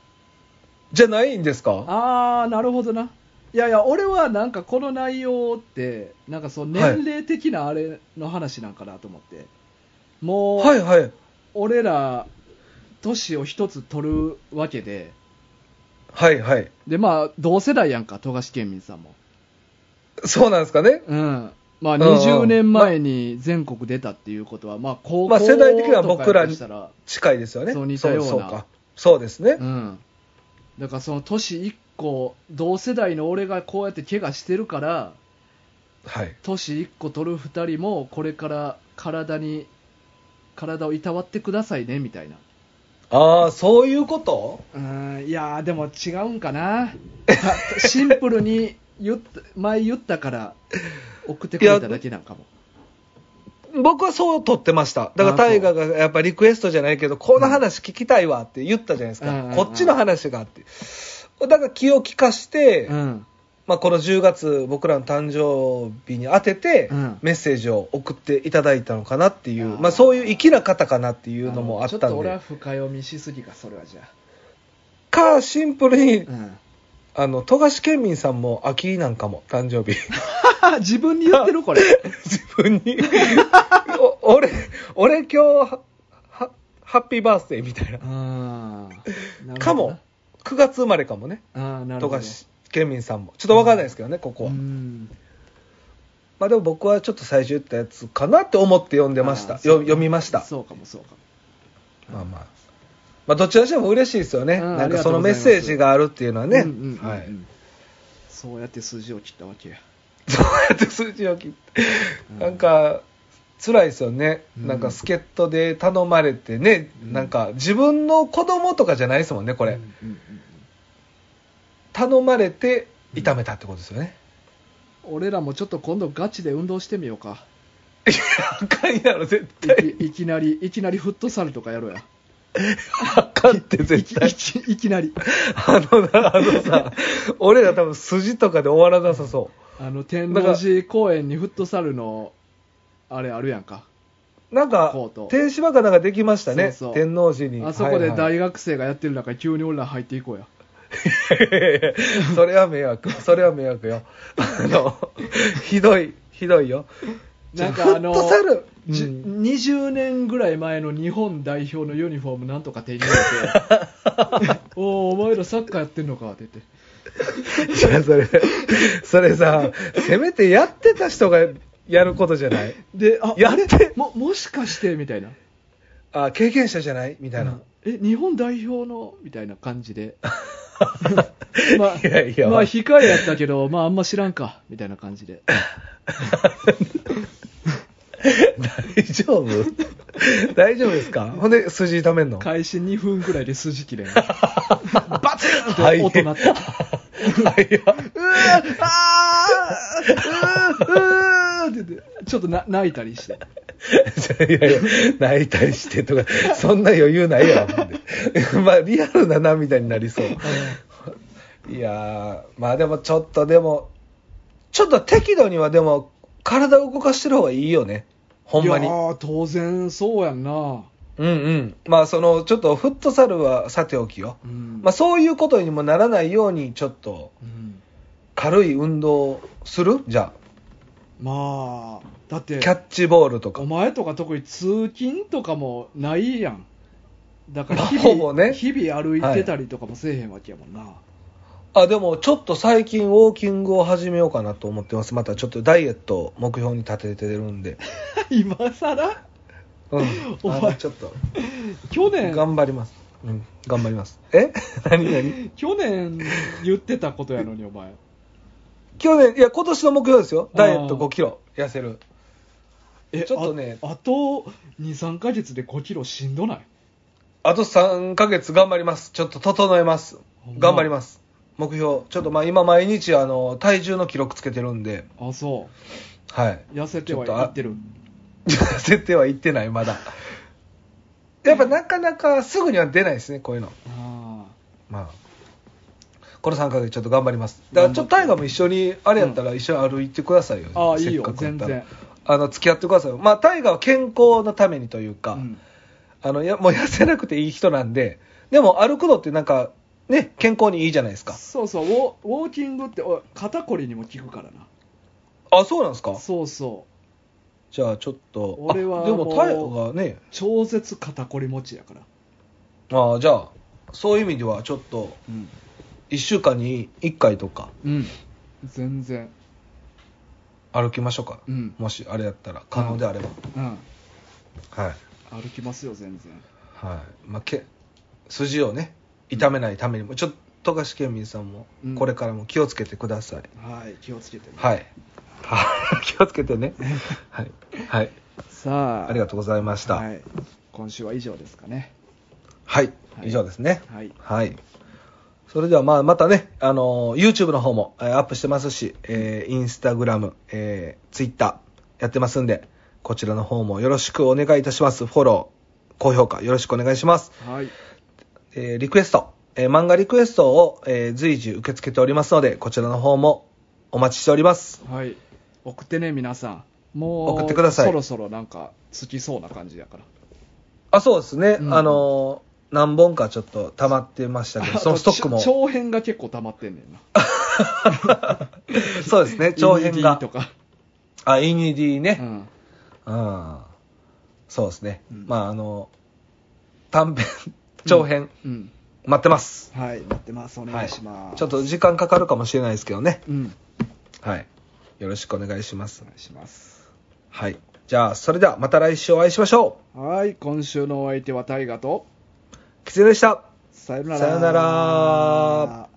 [SPEAKER 2] じゃないんですか
[SPEAKER 1] ああ、なるほどな。いやいや、俺はなんかこの内容って、なんかその
[SPEAKER 2] はい
[SPEAKER 1] 年齢的なあれの話なんかなと思って。もう、
[SPEAKER 2] はいはい。
[SPEAKER 1] 俺ら、年を一つ取るわけで、
[SPEAKER 2] はいはい。
[SPEAKER 1] で、まあ、同世代やんか、富樫県民さんも。
[SPEAKER 2] そうなんですかね
[SPEAKER 1] うん。まあ、
[SPEAKER 2] うんうん
[SPEAKER 1] 20年前に全国出たっていうことは、まあ、高校
[SPEAKER 2] まあ世代的には僕ら
[SPEAKER 1] とかやとしたら、
[SPEAKER 2] 近いですよね。
[SPEAKER 1] そう似たような
[SPEAKER 2] そうそうか。そうですね。
[SPEAKER 1] うん。だから、その年1個、同世代の俺がこうやって怪我してるから、
[SPEAKER 2] はい。
[SPEAKER 1] 年1個取る2人も、これから体に、体をいたわってくださいね、みたいな。
[SPEAKER 2] ああ、そういうこと
[SPEAKER 1] うん、いやー、でも違うんか な。たシンプルに言った、前言ったから、送ってくれただけなんかも。
[SPEAKER 2] 僕はそう取ってました。だ
[SPEAKER 1] あ
[SPEAKER 2] から
[SPEAKER 1] そう
[SPEAKER 2] 大河がやっぱリクエストじゃないけど、この話聞きたいわって言ったじゃないです
[SPEAKER 1] うんうんう
[SPEAKER 2] か。
[SPEAKER 1] ん
[SPEAKER 2] こっちの話があって。だから気を利かして、
[SPEAKER 1] うん。
[SPEAKER 2] まあこの10月僕らの誕生日に当てて
[SPEAKER 1] うん、
[SPEAKER 2] メッセージを送っていただいたのかなっていう、
[SPEAKER 1] あー
[SPEAKER 2] まあそういう粋な方かなっていうのもあっ
[SPEAKER 1] ちょ
[SPEAKER 2] た
[SPEAKER 1] っと
[SPEAKER 2] ん
[SPEAKER 1] 俺は
[SPEAKER 2] で。
[SPEAKER 1] 深読みしすぎかそれはじゃ
[SPEAKER 2] か、シンプルに
[SPEAKER 1] あ、う、ん、
[SPEAKER 2] あの、富樫県民さんも秋なんかも、誕生日。
[SPEAKER 1] 自分に言ってるこれ。
[SPEAKER 2] 自分に お俺俺今日ははハッピーバースデーみたいな
[SPEAKER 1] あー
[SPEAKER 2] かも。9月生まれかもね
[SPEAKER 1] なるほどなあーなる
[SPEAKER 2] と
[SPEAKER 1] ほど。
[SPEAKER 2] かしケンミンさんもちょっと分からないですけどね、ここは、
[SPEAKER 1] うん
[SPEAKER 2] まあでも僕はちょっと最初言ったやつかなって思って読んでまし
[SPEAKER 1] あ
[SPEAKER 2] た
[SPEAKER 1] ーそう
[SPEAKER 2] よ読みました
[SPEAKER 1] そうかもそうかも。
[SPEAKER 2] まあまあまあどちらにしても嬉しいですよね、
[SPEAKER 1] うん
[SPEAKER 2] な
[SPEAKER 1] あ
[SPEAKER 2] ん
[SPEAKER 1] りが
[SPEAKER 2] かそ
[SPEAKER 1] とう
[SPEAKER 2] の
[SPEAKER 1] ご
[SPEAKER 2] メ
[SPEAKER 1] ざい
[SPEAKER 2] ッ
[SPEAKER 1] ます
[SPEAKER 2] セージがあるっていうのはね、
[SPEAKER 1] うんうんうんうん
[SPEAKER 2] はい、
[SPEAKER 1] そうやって数字を切ったわけや。
[SPEAKER 2] そうやって数字を切って、
[SPEAKER 1] うん
[SPEAKER 2] なんか辛いですよね、
[SPEAKER 1] うん
[SPEAKER 2] なんか助っ人で頼まれてね、
[SPEAKER 1] うん
[SPEAKER 2] なんか自分の子供とかじゃないですもんねこ
[SPEAKER 1] こ
[SPEAKER 2] れ、頼まれて痛めたってことです よね、
[SPEAKER 1] 俺らもちょっと今度ガチで運動してみようか。
[SPEAKER 2] あかんやろ絶
[SPEAKER 1] い
[SPEAKER 2] 対
[SPEAKER 1] きいきなり、いきなりフットサルとかやろうや。
[SPEAKER 2] あかんって
[SPEAKER 1] いき
[SPEAKER 2] 絶対
[SPEAKER 1] いきいきなり。
[SPEAKER 2] あのなあのさ俺ら多分筋とかで終わらなさそ
[SPEAKER 1] あの、天王寺公園にフットサルの、あれあるやんか。
[SPEAKER 2] うなんか
[SPEAKER 1] コート
[SPEAKER 2] 天芝かなんかできましたね
[SPEAKER 1] そうそう
[SPEAKER 2] 天王寺に
[SPEAKER 1] あそこで
[SPEAKER 2] はいはい
[SPEAKER 1] 大学生がやってる中、急に俺ら入っていこうや。
[SPEAKER 2] それは迷惑それは迷惑よあのひどいひどいよ
[SPEAKER 1] なんかあの
[SPEAKER 2] フットサル、
[SPEAKER 1] じゅ
[SPEAKER 2] うん
[SPEAKER 1] 20年ぐらい前の日本代表のユニフォームなんとか手に入 れておおお前らサッカーやってんのかって言って
[SPEAKER 2] いやそれそれさせめてやってた人がやることじゃない
[SPEAKER 1] であ
[SPEAKER 2] やって
[SPEAKER 1] あれももしかしてみたいな
[SPEAKER 2] あ経験者じゃないみたいな、
[SPEAKER 1] え日本代表のみたいな感じ でまあ
[SPEAKER 2] いやいや
[SPEAKER 1] まあ控えやったけどまああんま知らんかみたいな感じで
[SPEAKER 2] 大丈夫大丈夫ですかほんで筋痛めんの
[SPEAKER 1] 開始2分ぐらいで筋 切れんバツンって
[SPEAKER 2] はい
[SPEAKER 1] 音鳴って、
[SPEAKER 2] はいや
[SPEAKER 1] うわあーうわうわって言ってちょっとな泣いたりして
[SPEAKER 2] いやいや、泣いたりしてとか、そんな余裕ないやろ。まあ、リアルな涙になりそう。いやー、まあでもちょっとでも、ちょっと適度にはでも、体を動かしてる方がいいよね。ほんまに
[SPEAKER 1] いや。ー当然そうやんな、
[SPEAKER 2] うんうん。まあその、ちょっとフットサルはさておきよ。
[SPEAKER 1] うん
[SPEAKER 2] まあそういうことにもならないように、ちょっと
[SPEAKER 1] うん
[SPEAKER 2] 軽い運動をするじゃ
[SPEAKER 1] まあだっ
[SPEAKER 2] あ、
[SPEAKER 1] て
[SPEAKER 2] キャッチボールとか
[SPEAKER 1] お。前とか特に通勤とかもないやんだから
[SPEAKER 2] まあ
[SPEAKER 1] 日
[SPEAKER 2] ほ
[SPEAKER 1] 々,、
[SPEAKER 2] ぼね
[SPEAKER 1] 日々歩いてたりとかもせえへんわけやもんな、
[SPEAKER 2] あでもちょっと最近ウォーキングを始めようかなと思ってますまたちょっとダイエットを目標に立ててるんで、
[SPEAKER 1] 今さら
[SPEAKER 2] うん、
[SPEAKER 1] お前
[SPEAKER 2] あのちょっと
[SPEAKER 1] 去年
[SPEAKER 2] 頑張ります、うん、頑張りますえ 何何
[SPEAKER 1] 去年言ってたことやのにお 前
[SPEAKER 2] 去年いや今年の目標ですよダイエット
[SPEAKER 1] あー
[SPEAKER 2] 5キロ痩せる
[SPEAKER 1] え
[SPEAKER 2] ちょっとね
[SPEAKER 1] ああと23ヶ月で5キロしんどない
[SPEAKER 2] あと3ヶ月頑張りますちょっと整えます
[SPEAKER 1] ほんま
[SPEAKER 2] 頑張ります目標ちょっとまあ今毎日あの体重の記録つけてるんで
[SPEAKER 1] あそ
[SPEAKER 2] はいう
[SPEAKER 1] 痩せては
[SPEAKER 2] ちょっとあ
[SPEAKER 1] やってる
[SPEAKER 2] 設定は行ってないまだやっぱなかなかすぐには出ないですねこういうの
[SPEAKER 1] ああ
[SPEAKER 2] まあ、この3ヶ月ちょっと頑張ります。だからちょっと大河も一緒に、あれやったら一緒に歩いてくださいよ。
[SPEAKER 1] ああいい
[SPEAKER 2] せっ
[SPEAKER 1] よ
[SPEAKER 2] かくやったら
[SPEAKER 1] 全然。
[SPEAKER 2] あの、付き合ってくださいよ。まあ、大河は健康のためにというか、
[SPEAKER 1] うん
[SPEAKER 2] あの、やもう 痩せなくていい人なんで、でも歩くのってなんか、ね、健康にいいじゃないですか。
[SPEAKER 1] そうそうウォウォーキングってお肩こりにも効くからな
[SPEAKER 2] あ、そうなんですか
[SPEAKER 1] そうそう
[SPEAKER 2] じゃあちょっと、あ
[SPEAKER 1] 俺は
[SPEAKER 2] で
[SPEAKER 1] も
[SPEAKER 2] も
[SPEAKER 1] う
[SPEAKER 2] 大河がね、
[SPEAKER 1] 超絶肩こり持ちやから、
[SPEAKER 2] ああ、じゃあ、そういう意味ではちょっと、
[SPEAKER 1] うん
[SPEAKER 2] 1週間に1回とか
[SPEAKER 1] 全然
[SPEAKER 2] 歩きましょうか。
[SPEAKER 1] うん、
[SPEAKER 2] もしあれやったら、可能であれば。
[SPEAKER 1] うん、
[SPEAKER 2] はい。
[SPEAKER 1] 歩きますよ全然
[SPEAKER 2] はいまあ、け筋をね痛めないためにもちょっと富樫県民さんも
[SPEAKER 1] うん
[SPEAKER 2] これからも気をつけてください、
[SPEAKER 1] はい気をつけてね、
[SPEAKER 2] はいはい 気をつけてねはい、はい、
[SPEAKER 1] さあ
[SPEAKER 2] ありがとうございましたは、
[SPEAKER 1] はいい、今週は以上ですかねはい
[SPEAKER 2] 以上ですね
[SPEAKER 1] はい
[SPEAKER 2] はいそれではまあまたね、あのー YouTube の方もえーアップしてますし、えー、インスタグラム、えー、Twitter やってますんで、こちらの方もよろしくお願いいたします。フォロー、高評価よろしくお願いします。
[SPEAKER 1] はい
[SPEAKER 2] えーリクエスト、えー漫画リクエストを、えー随時受け付けておりますので、こちらの方もお待ちしております。
[SPEAKER 1] はい送ってね皆さんもう
[SPEAKER 2] 送ってください
[SPEAKER 1] そろそろなんかつきそうな感じやから
[SPEAKER 2] あ、そうですね。
[SPEAKER 1] うん
[SPEAKER 2] あの ー何本かちょっと溜まってましたけど、そのストックも
[SPEAKER 1] あとちょ長編が結構溜まってんねんな
[SPEAKER 2] そうですね、長編が
[SPEAKER 1] ED。とか、
[SPEAKER 2] あ、イニディ
[SPEAKER 1] う
[SPEAKER 2] ね。
[SPEAKER 1] ん
[SPEAKER 2] うん。そうですね。
[SPEAKER 1] うん
[SPEAKER 2] まあ、あの、短編、長編、
[SPEAKER 1] うん
[SPEAKER 2] 待ってます。
[SPEAKER 1] はい待ってますお願いします、
[SPEAKER 2] ちょっと時間かかるかもしれないですけどね。
[SPEAKER 1] うん
[SPEAKER 2] はい。よろしくお願いします
[SPEAKER 1] お。願いします
[SPEAKER 2] はい。じゃあ、それではまた来週お会いしましょ
[SPEAKER 1] はい今週のお相手は大ガと
[SPEAKER 2] う。きつねでした。
[SPEAKER 1] さよなら
[SPEAKER 2] さよなら